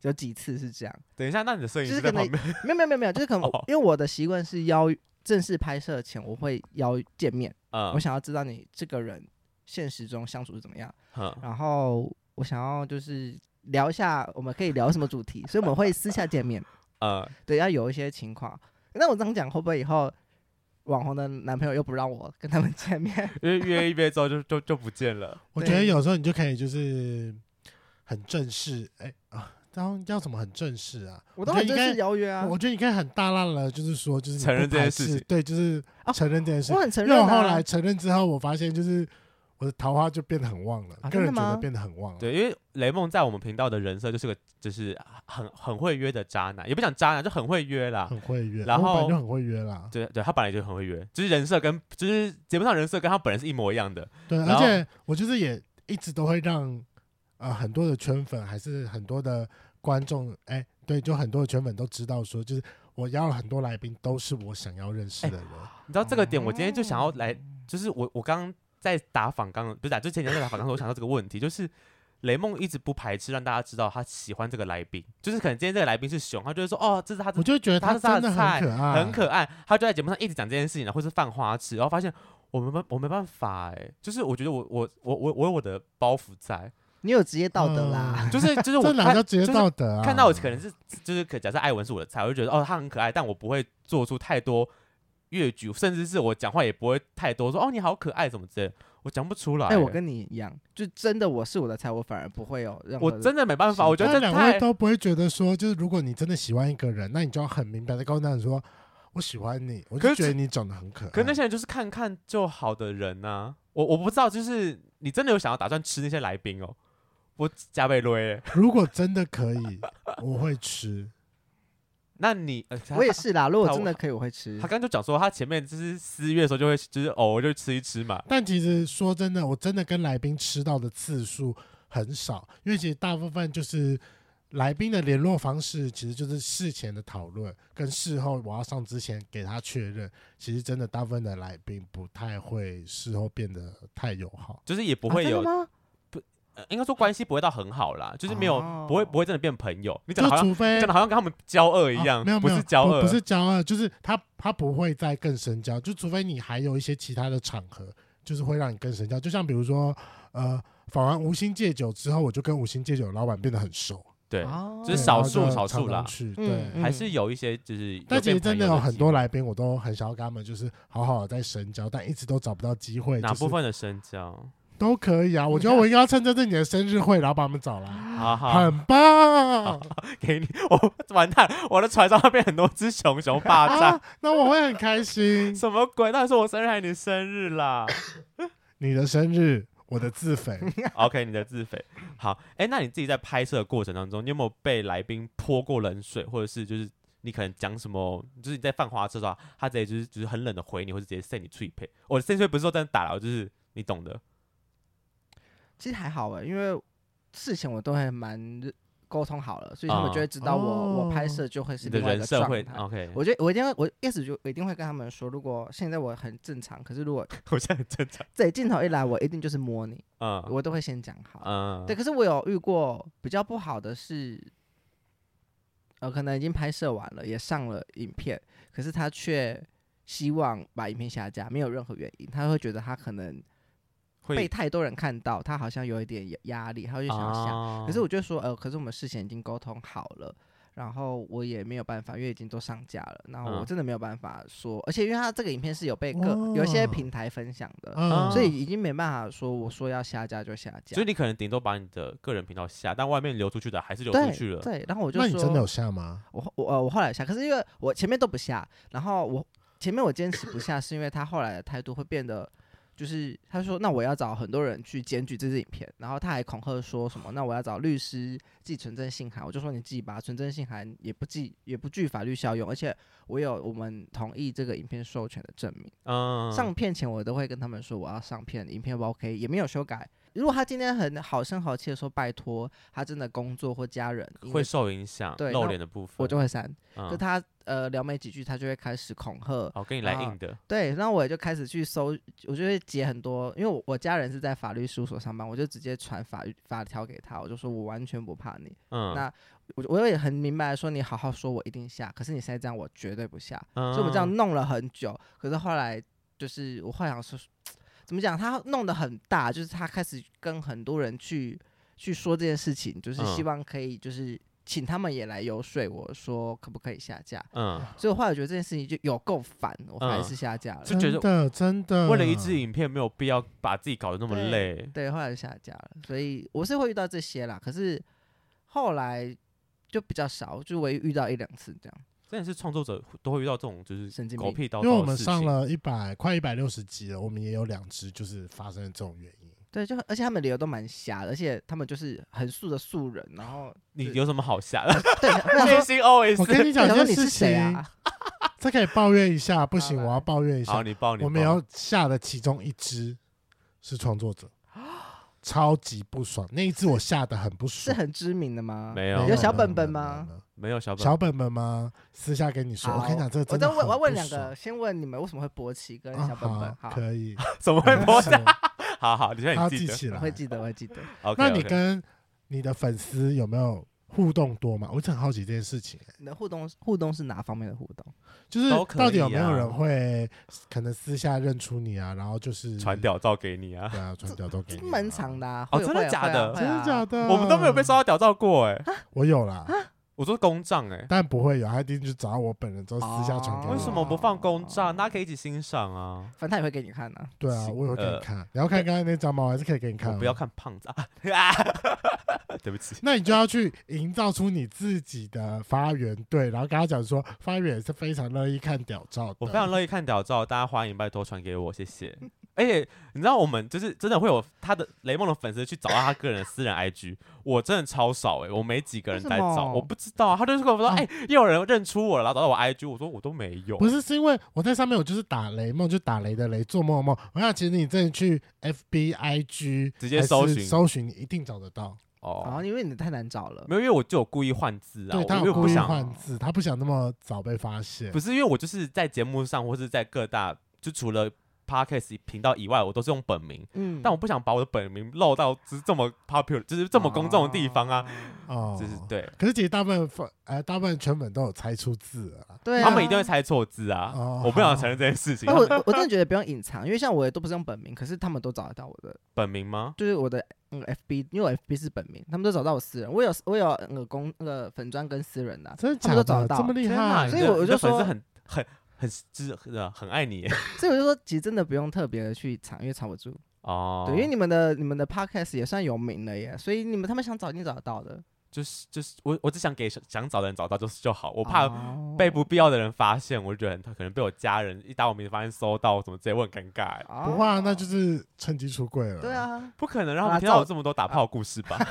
有几次是这样。等一下，那你的摄影就是师可在能旁边，没有没有没有没有，就是可能我哦因为我的习惯是邀正式拍摄前我会邀见面，嗯我想要知道你这个人现实中相处是怎么样，嗯然后我想要就是聊一下我们可以聊什么主题，所以我们会私下见面，嗯，对，要有一些情况。那我这样讲会不会以后网红的男朋友又不让我跟他们见面？ 因为约一约之后就就就不见了。我觉得有时候你就可以就是很正式，哎、啊，然后要怎么很正式啊？我都很觉得正应式该邀约啊，我我觉得你可以很大浪了，就是说，就是你承认不这件排事斥情对，就是啊承认这件事情。很承因为认、我啊。后来承认之后，我发现就是我的桃花就变得很旺了，啊个真的人觉得吗变得很旺了。对，因为雷梦在我们频道的人设就是个就是很很会约的渣男，也不讲渣男，就很会约啦。很会约，啊然我本来后就很会约啦。对对，他本来就很会约，就是人设跟就是节目上人设跟他本人是一模一样的。对，啊然而后且我就是也一直都会让呃很多的圈粉，还是很多的观众，哎、对，就很多的圈粉都知道说，就是我邀了很多来宾，都是我想要认识的人。你知道这个点，我今天就哦想要来，就是我我刚刚在打访刚，不是打，啊就前几天在打访刚，我想到这个问题，就是雷梦一直不排斥让大家知道他喜欢这个来宾，就是可能今天这个来宾是熊，他就会说哦，这是他的我就觉得他是他真的的菜很可爱，很可爱，他就在节目上一直讲这件事情，然后是犯花痴，然后发现我没办我没办法哎、就是我觉得我我我我我有我的包袱在，你有职业道德啦，就是 就是我这哪看叫职业就是道德啊？看到我可能是就是可假设艾文是我的菜，我就觉得哦他很可爱，但我不会做出太多越矩，甚至是我讲话也不会太多说哦你好可爱什么之类的，我讲不出来。哎、我跟你一样，就真的我是我的菜，我反而不会有任何我的真的没办法，我觉但得这两太位都不会觉得说，就是如果你真的喜欢一个人，那你就要很明白的告诉他说，我喜欢 你，我可就是觉得你长得很可爱。可是那些人就是看看就好的人呐、我我不知道，就是你真的有想要打算吃那些来宾哦，我加倍累。如果真的可以，我会吃。那你、呃、我也是啦，如果他真的可以，我会吃他刚。刚就讲说，他前面就是四月的时候就会就是偶尔就吃一吃嘛。但其实说真的，我真的跟来宾吃到的次数很少，因为其实大部分就是来宾的联络方式，其实就是事前的讨论，跟事后我要上之前给他确认。其实真的大部分的来宾不太会事后变得太友好。就是也不啊不会有，啊吗？不呃应该说关系不会到很好啦，就是没有、不会不会真的变朋友。你讲哦就的好像除非讲的好像跟他们交恶一样，啊没有不没有是交不恶，不是骄傲，就是他他不会再更深交，就除非你还有一些其他的场合，就是会让你更深交。就像比如说，呃，访完无心戒酒之后，我就跟无心戒酒的老板变得很熟，对，啊哦就是对少然后数就少数常常啦去嗯对。嗯还是有一些就是有但其实变朋真的友有的很机多会来宾，我都很想要跟他们就是好好的在深交，但一直都找不到机会。哪就是部分的深交，都可以啊？我觉得我应该要趁这次你的生日会，然后把他们找来，好好很棒。给你，我完蛋，我的船上会变很多只熊熊霸 占啊，，那我会很开心。什么鬼？那是我生日还是你生日啦你的生日，我的 自肥。 ？OK，你的自肥。好，哎、那你自己在拍摄的过程当中，你有没有被来宾泼过冷水，或者是就是你可能讲什么，就是你在犯花痴的时候，啊他直接就是就是很冷的回你，或者直接 send 你脆配？我的 send 脆不是说真的打了，我就是你懂的。其实还好哎、因为事前我都还蛮沟通好了，所以他们啊就会知道我、我拍哦摄就会是你的另外一人个设状会哦态。 OK，我我觉得我一定会，我一开始就我一定会跟他们说，如果现在我很正常，可是如果 我现在很正常。这镜头一来，我一定就是摸你，嗯我都会先讲好。嗯，对，可是我有遇过比较不好的是，呃，可能已经拍摄完了，也上了影片，可是他却希望把影片下架，没有任何原因，他会觉得他可能被会太多人看到，他好像有一点压压力，他就想要下啊可是我就说，呃，可是我们事前已经沟通好了，然后我也没有办法，因为已经都上架了，然后我嗯真的没有办法说，而且因为它这个影片是有被各有一哇些平台分享的，嗯，所以已经没办法说我说要下架就下架所以。你可能顶多把你的个人频道下，但外面流出去的还是流出对去了。对，然后我就那你真的有说，下吗？我后我呃我后来下，可是因为我前面都不下，然后我前面我坚持不下，是因为他后来的态度会变得。就是他说，那我要找很多人去检举这支影片，然后他还恐吓说什么，那我要找律师寄存证信函，我就说你寄吧，存证信函也不寄，也不具法律效用，而且我有我们同意这个影片授权的证明。嗯，上片前我都会跟他们说我要上片，影片不 OK，也没有修改。如果他今天很好声好气的说拜托，他真的工作或家人因为会受影响，对露那脸的部分，我就会删。就嗯，他呃聊没几句，他就会开始恐吓。好跟你来啊硬的，对，然后我也就开始去搜，我就会截很多，因为我我家人是在法律事务所上班，我就直接传法律法条给他，我就说我完全不怕你，嗯，那我我也很明白说你好好说，我一定下，可是你现在这样，我绝对不下。那所以我们这嗯样弄了很久，可是后来就是我幻想说，怎么讲？他弄得很大，就是他开始跟很多人去去说这件事情，就是希嗯望可以就是请他们也来游说我说可不可以下架。嗯，所以我后来觉得这件事情就有够烦，我还嗯是下架了。就觉得真的真的为了一支影片，没有必要把自己搞得那么对累。对，后来就下架了。所以我是会遇到这些啦，可是后来就比较少，就唯一遇到一两次这样。真的是创作者都会遇到这种就是神经狗病，屁叨叨的事情，因为我们上了一百快一百六十集了，我们也有两支就是发生了这种原因。对，就而且他们理由都蛮瞎的，而且他们就是很素的素人，然后你对有什么好吓 的？对，我想内说心我 always 跟你讲想一说件你事是谁情，啊？这可以抱怨一下，不行，好来我要抱怨一好，下。你报你我们报要下的其中一支是创作者，超级不爽。那一支我下的很不是爽。很知名的吗？没有有小本本没有？没有没有没有没吗？有没有小本小本本吗？私下跟你说，我好跟你讲，这个真我再的问，我要很问不两爽个，先问你们为什么会勃起跟啊小本本？好好，可以，怎么会 播？没事好好，你现在他你记记得起我来会。记得，我会记得。 OK，那你跟你的粉丝有没有互动多吗？我一直很好奇这件事情，欸你的互动互动是哪方面的互动？就是都可以啊到底有没有人会可能私下认出你啊，然后就是传，屌照给你啊？对啊，传屌都给你啊，蛮长的啊，哦会真的会啊假会啊的会真啊的假的？我们都没有被收，到屌照过哎，我有啦，我说公账哎，但不会有，他一定去找我本人之后私下传给我。哦啊为什么不放公账？大家可以一起欣赏啊。反正他也会给你看啊。对啊，我也会给你看。你要看刚才那张吗？我还是可以给你看呃我啊。不要看胖子啊！ 对不起，那你就要去营造出你自己的发源队，然后跟他讲说，发源也是非常乐意看屌照的。我非常乐意看屌照，大家欢迎拜托传给我，谢谢。而且你知道，我们就是真的会有他的雷梦的粉丝去找到他个人的私人 IG，我 真的超少哎、我没几个人在为什找，么我不知道啊。他就是跟我说，啊哎、又有人认出我了，然后找到我 IG，我说我都没有，不是，是因为我在上面，我就是打雷梦，就打雷的雷，做梦的梦。我想，其实你真的去 F B I G 直接搜寻搜寻，你一定找得到。哦哦，，因为你太难找了。没有，因为我就有故意换字啊，对他我有又故不意想，换字，他不想那么早被发现不。是因为我就是在节目上或是在各大，就除了 podcast 频道以外，我都是用本名，嗯但我不想把我的本名露到就是这么 popular，就是这么公众的地方嗯啊，哦，就是。对，可是其实大部分粉呃，大部分全粉都有猜出字了啦对啊他们一定会猜错字啊，哦我不想承认这件事情。哎，他我们我真的觉得不用隐藏，因为像我也都不是用本名，可是他们都找得到我的，本名吗？就是我的嗯 FB，因为我 FB 是本名，他们都找到我私人，我有我有那个公那个粉砖跟私人的啊、真的他假们都找得的到这么厉天哪害？啊所以你的我你的就说粉丝很很很就是很很爱你 所以我就说，其实真的不用特别的去藏，因为藏不住。哦，对，因为你们的你们的 podcast 也算有名了耶，所以你们他们想找一定找得到的。就是就是我我只想给想想找的人找到就是就好，我怕哦被不必要的人发现，我觉得很他可能被我家人一打我名字发现搜到什么之类，我很尴尬欸。哦不会啊，那就是趁机出柜了。对，啊，不可能让好他们啦听到照我这么多打炮的故事吧？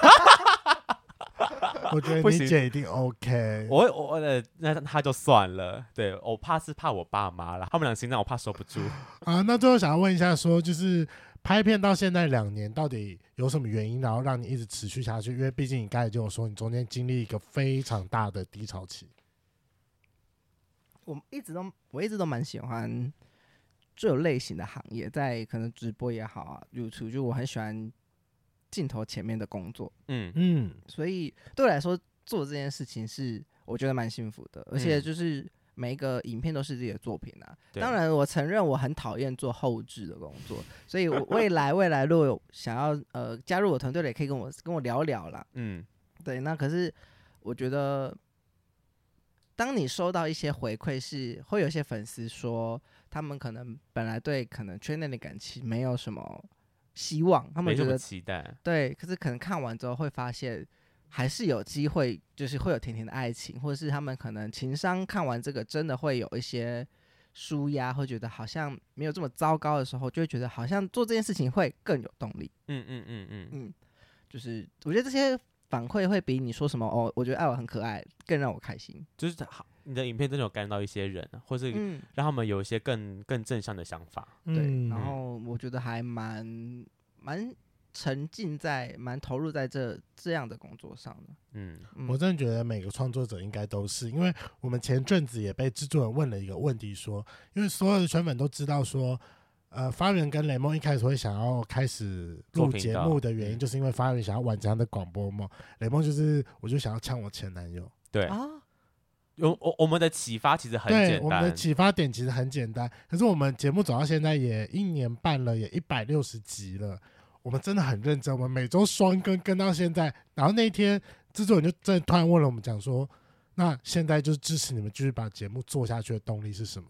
我觉得不你行姐一定 OK。我我我呃，那他就算了。对我怕是怕我爸妈啦，他们俩心脏我怕收不住。啊，那最后想要问一下说就是拍片到现在两年，到底有什么原因，然后让你一直持续下去？因为毕竟你刚才就有说，你中间经历一个非常大的低潮期。我一直都我一直都蛮喜欢这种类型的行业，在可能直播也好啊，YouTube 就我很喜欢镜头前面的工作，嗯嗯，所以对我来说做这件事情是我觉得蛮幸福的，而且嗯就是每一个影片都是自己的作品啊。对当然，我承认我很讨厌做后置的工作，所以我未来未来如果有想要呃加入我团队的，也可以跟我跟我聊聊啦。嗯，对，那可是我觉得，当你收到一些回馈是，会有一些粉丝说，他们可能本来对可能圈内的感情没有什么希望，他们没觉什么得期待。对，可是可能看完之后会发现，还是有机会，就是会有甜甜的爱情，或者是他们可能情商看完这个，真的会有一些舒压，会觉得好像没有这么糟糕的时候，就会觉得好像做这件事情会更有动力。嗯嗯嗯嗯，嗯，就是我觉得这些反馈会比你说什么哦，我觉得爱我很可爱更让我开心。就是好，你的影片真的有感染到一些人，啊或是嗯，让他们有一些更更正向的想法。对。嗯然后我觉得还蛮蛮沉浸在、蛮投入在这这样的工作上的。嗯嗯我真的觉得每个创作者应该都是，因为我们前阵子也被制作人问了一个问题说因为所有的圈粉都知道说，呃，发源跟雷梦一开始会想要开始做录频节道目的原因，嗯就是因为发源想要完成他的广播梦，雷梦就是我就想要呛我前男友。对，啊，我我我们的启发其实很哦对，简我们的单，启发点其实很简单，可是我们节目走到现在也一年半了，也一百六十集了，我们真的很认真，我们每周双更更到现在。然后那一天制作人就真的突然问了我们讲说，那现在就是支持你们继续把节目做下去的动力是什么？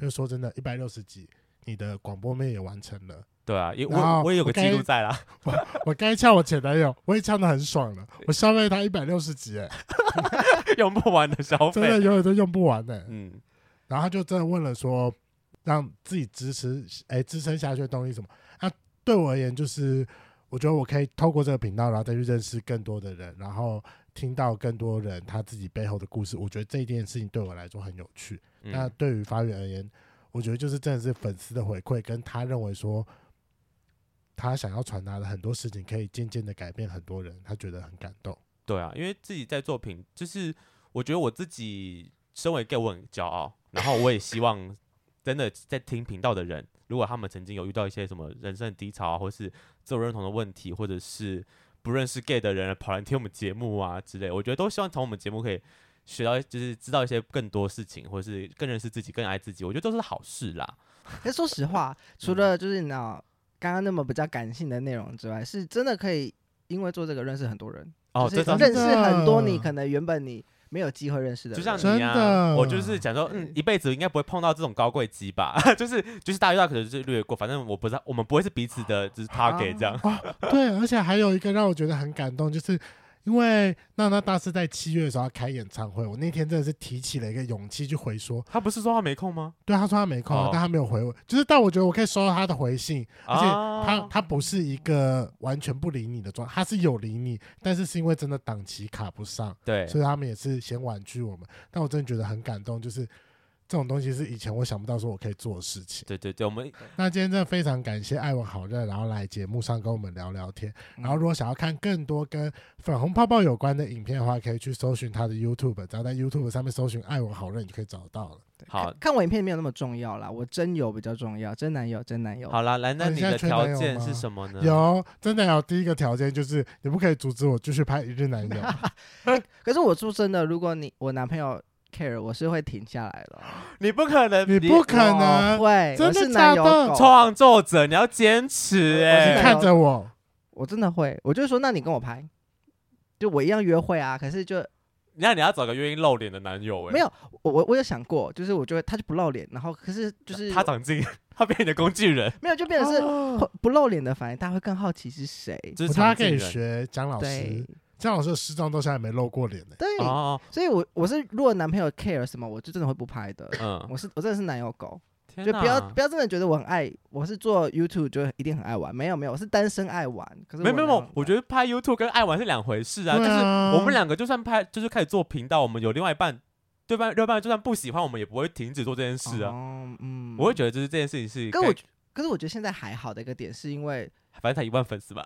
就嗯，说真的，一百六十集。你的广播妹也完成了，对啊，因为然后我我也有个我记录该在啦， 我该呛我前男友，我也呛得很爽了，我消费他一百六十集、哎，用不完的消真的费，永远都用不完呢、哎嗯，然后他就真的问了说，让自己支持哎支撑下去的动力是什么？那、对我而言，就是我觉得我可以透过这个频道，然后再去认识更多的人，然后听到更多人他自己背后的故事。我觉得这一件事情对我来说很有趣。嗯那对于发源而言，我觉得就是真的是粉丝的回馈，跟他认为说。他想要传达的很多事情，可以渐渐的改变很多人，他觉得很感动。对啊，因为自己在作品，就是我觉得我自己身为 gay，我很骄傲，然后我也希望真的在听频道的人，如果他们曾经有遇到一些什么人生的低潮啊，或是自我认同的问题，或者是不认识 gay 的人跑来听我们节目啊之类，我觉得都希望从我们节目可以学到，就是知道一些更多事情，或是更认识自己、更爱自己，我觉得都是好事啦。但哎说实话，嗯除了就是你知道刚刚那么比较感性的内容之外，是真的可以因为做这个认识很多人，哦，就是这招真认识很多你的可能原本你没有机会认识的嗯就人，像真你啊，的我就是想说，嗯，一辈子应该不会碰到这种高贵鸡吧？ 就是就是大家遇到可能就是略过，反正我不知道，我们不会是彼此啊的，就是 target 这样。 对，而且还有一个让我觉得很感动，就是因为娜娜大师在七月的时候要开演唱会，我那天真的是提起了一个勇气去回说，他不是说他没空吗？对他说他没空啊，哦但他没有回我，就是但我觉得我可以收到他的回信，而且他、啊，他不是一个完全不理你的状态，他是有理你，但是是因为真的档期卡不上，对，所以他们也是先婉拒我们，但我真的觉得很感动，就是。这种东西是以前我想不到说我可以做的事情。对对对，我们那今天真的非常感谢艾文好热，然后来节目上跟我们聊聊天。然后如果想要看更多跟粉红泡泡有关的影片的话，可以去搜寻他的 YouTube，只要在 YouTube 上面搜寻艾文好热，你就可以找到了。对好看看我影片没有那么重要啦，我真有比较重要，真男友，真男友。好啦，来，那你你现在的缺条男友件吗是什么呢？有真的有第一个条件就是你不可以阻止我继续拍一日男友，可是我说真的，如果你我男朋友 care，我是会停下来的。你不可能，你不 可我能。会，真我的是假的男友狗，创作者，你要坚持我是哎、你看着我，我真的会。我就说，那你跟我拍，就我一样约会啊。可是就那你要找个愿意露脸的男友哎、没有我我我有想过，就是我就会他就不露脸，然后可是就是他长进， 他变你的工具人，没有就变成是哦会 不露脸的，反而大家会更好奇是谁。就我是觉得他长可进以人。学姜老师对，姜老师的西装到现在没露过脸呢、对，哦，所以我我是如果男朋友 care 什么，我就真的会不拍的。嗯，我是我真的是男友狗，天就不要哪不要真的觉得我很爱，我是做 YouTube 就一定很爱玩，没有没有，我是单身爱玩。可是没有没有没有，我觉得得拍 YouTube 跟爱玩是两回事啊，就对是啊我们两个就算拍，就是开始做频道，我们有另外一半，对半另外一半就算不喜欢我们，也不会停止做这件事啊。哦、嗯，我会觉得就是这件事情是，可我觉可是我觉得现在还好的一个点是因为反正才一万粉丝 吧，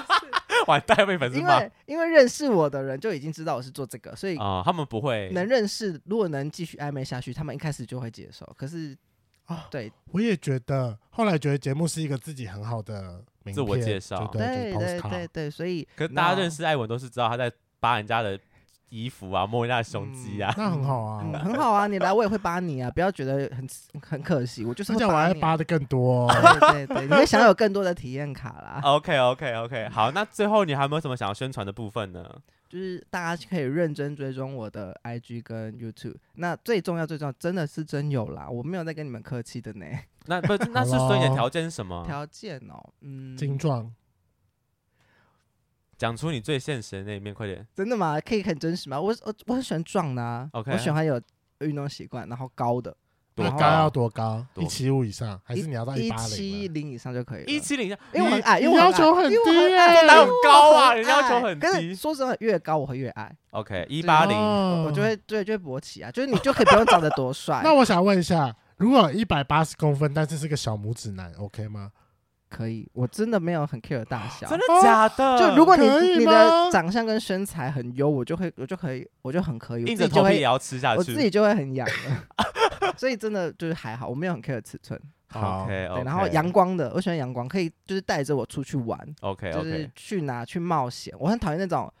完蛋被粉丝因骂为因为认识我的人就已经知道我是做这个，所以啊，他们不会能认识，如果能继续暧昧下去，他们一开始就会接受。可是哦啊，对我也觉得，后来觉得节目是一个自己很好的名片自我介绍就对，对就是 post 对对卡。对，所以可是大家那认识艾文都是知道他在扒人家的衣服啊，摸人家的胸肌啊。 那很好啊嗯，很好啊，你来我也会扒你啊，不要觉得很很可惜，我就是而会且我还你啊。扒的更多、哦 对对对，你会享有更多的体验卡 啦。 OK OK OK，好，那最后你还有没有什么想要宣传的部分呢？就是大家可以认真追踪我的 IG 跟 YouTube。那最重要最重要，真的是真有啦，我没有在跟你们客气的呢。那 不，那是所以你的条件是什么？条件哦，嗯，精壮。讲出你最现实的那一面，快点。真的吗？可以很真实吗？我我我很喜欢壮的啊 OK 我喜欢有运动习惯，然后高的，那嗯多高高要多高？多一七五以上，还是你要到一八七零？啊零以上就可以了。一，七零，因为我很矮，因你为我要很矮求很因为我低很耶矮，哪有高啊因为我人家很要求矮很可是低说真的，越高我会越矮， OK，一八零，哦我就会对就会勃起啊，就是你就可以不用长得 多帅，那我想问一下，如果一百八十公分，但是是个小拇指男，OK 吗？可以。我真的没有很 care 大 小，真的哦假的？就如果你可以你吗的长相跟身材很优，我就会我就可以我就很可以，我硬自着己就头皮也会要吃下我自去。己就会很痒的， 所以真的就是还好，我没有很 care 尺寸。 OK 对， OK，然后阳光的，我喜欢阳光，可以就是带着我出去玩， OK 就是 OK，去哪去冒险。我很讨厌那种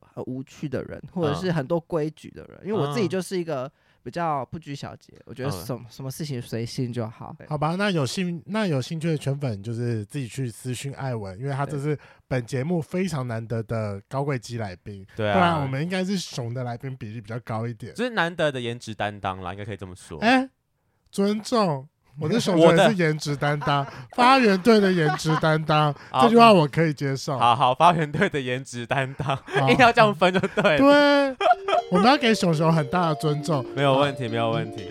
很无趣的人，或者嗯是很多规矩的人，因为我自己嗯就是一个比较不拘小节，我觉得嗯什么什么事情随性就好。好吧，那有兴那有兴趣的圈粉就是自己去私讯艾文，因为他这是本节目非常难得的高贵鸡来宾，对不然啊我，们应该是熊的来宾比例比较高一点。就是难得的颜值担当啦，应该可以这么说。哎、尊 重，我的熊我的人是颜值担当，发源队的颜值担当，好这句话我可以接受。好好，发源队的颜值担当，好硬要这样分就对了，对，我们要给熊熊很大的尊重。没有问题，没有问题。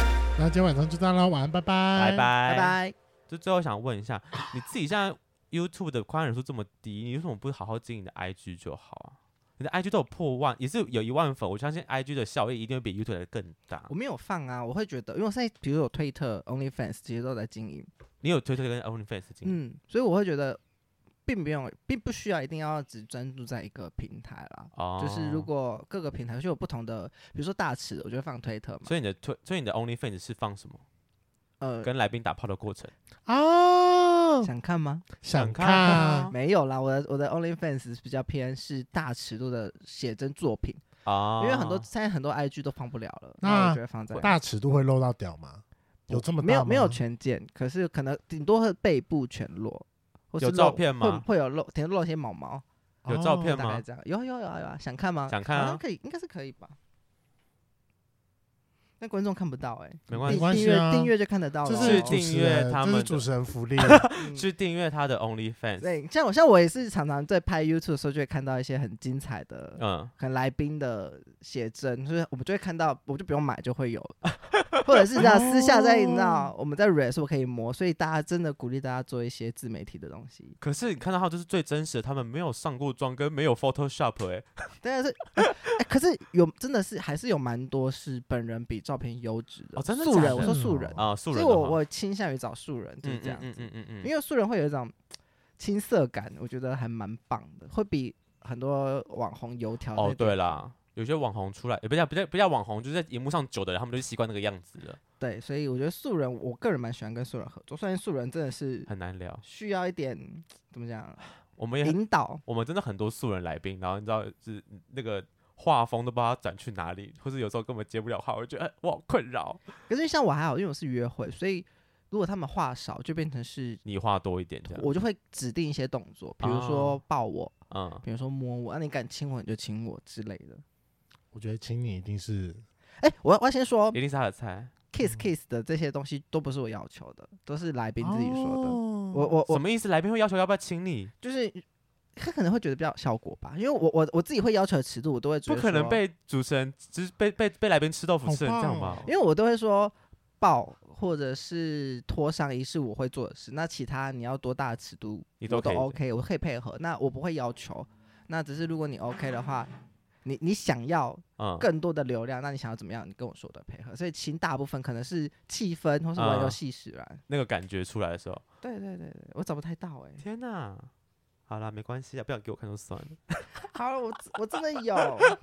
那今天晚上就这样喽，晚安，拜拜，拜拜。嗯拜拜。拜。就最后想问一下，你自己现在 YouTube 的观看人数这么低，你为什么不好好经营你的 IG 就好啊？你的 IG 都有破万，也是有一万粉，我相信 IG 的效益一定会比 YouTube 来得更大我。没有放啊，我会觉得，因为我现在比如说有推特、OnlyFans 这些都在经营，你有推特跟 OnlyFans 经营？嗯，所以我会觉得并不用，并不需要一定要只专注在一个平台啦。哦就是如，果各个平台就有不同的，比如说大尺的，我就会放推特嘛。所以你的推，所以你的 OnlyFans 是放什么？呃，跟来宾打炮的过程？哦，想看吗？想看啊看，没有啦，我的我的 OnlyFans 比较偏是大尺度的写真作品，啊因为很多现在很多 IG 都放不了了，那那我就会放在大尺度会露到屌吗？有这么大吗没有没有全件，可是可能顶多会背部全裸，或是有照露片会吗会有露，顶多露一些毛毛，有照片嗯哦大吗啊概这样。有有有有啊，想看吗？想看好啊像可以，应该是可以吧。那观众看不到哎、没没关订系，关订系阅啊订阅就看得到了这哦。是去主持订阅人他这们是的主持人福利。嗯去订阅他的 OnlyFans。对，像我像我也是常常在拍 YouTube 的时候，就会看到一些很精彩的，嗯，可能来宾的写真，就是我们就会看到，我就不用买就会有，或者是这样私下在你知道我们在 re 是我可以磨，所以大家真的鼓励大家做一些自媒体的东西。可是你看到他就是最真实的，他们没有上过妆，跟没有 Photoshop 哎、但是，哎、哎可是有真的是还是有蛮多是本人比照片优质的哦真的素假人，的我说素人，啊，素所人以的我话我倾向于找素人，就是嗯这样子。嗯嗯嗯嗯嗯，因为素人会有一种青涩感，我觉得还蛮棒的，会比很多网红油条哦那种对啦，有些网红出来也呃不叫不叫不叫网红，就是在荧幕上久的人，他们就习惯那个样子了，对，所以我觉得素人，我个人蛮喜欢跟素人合作，虽然素人真的是很难聊。需要一点怎么讲我们也很引导，我们真的很多素人来宾，然后你知道是那个画风都不知道转去哪里，或是有时候根本接不了话，我就觉得、哎我好困扰。可是像我还好，因为我是约会，所以如果他们话少，就变成是。你话多一点这样，我就会指定一些动作，比如哦说抱我，嗯，比如说摸我，那、啊你敢亲我你就亲我之类的。我觉得请你一定是哎、我要我要先说一定是他的菜。 kiss kiss 的这些东西都不是我要求的，都是来宾自己说的。哦我我我什么意思？来宾会要求要不要亲你？就是他可能会觉得比较有效果吧，因为我我我自己会要求的尺度，我都会觉不得可能说，被主持人只是被被被来宾吃豆腐好吃成这样棒吧哦？因为我都会说抱或者是脱上衣是我会做的事，那其他你要多大的尺度你都我可以 OK，我可以配合，那我不会要求，那只是如果你 OK 的话。你你想要嗯，更多的流量，那你想要怎么样？你跟我说的配合，所以其实大部分可能是气氛或是玩游嗯戏使然。那个感觉出来的时候，对对对对，我找不太到哎、天哪！好啦，没关系啊，不想给我看就算了。好了，我我真的有，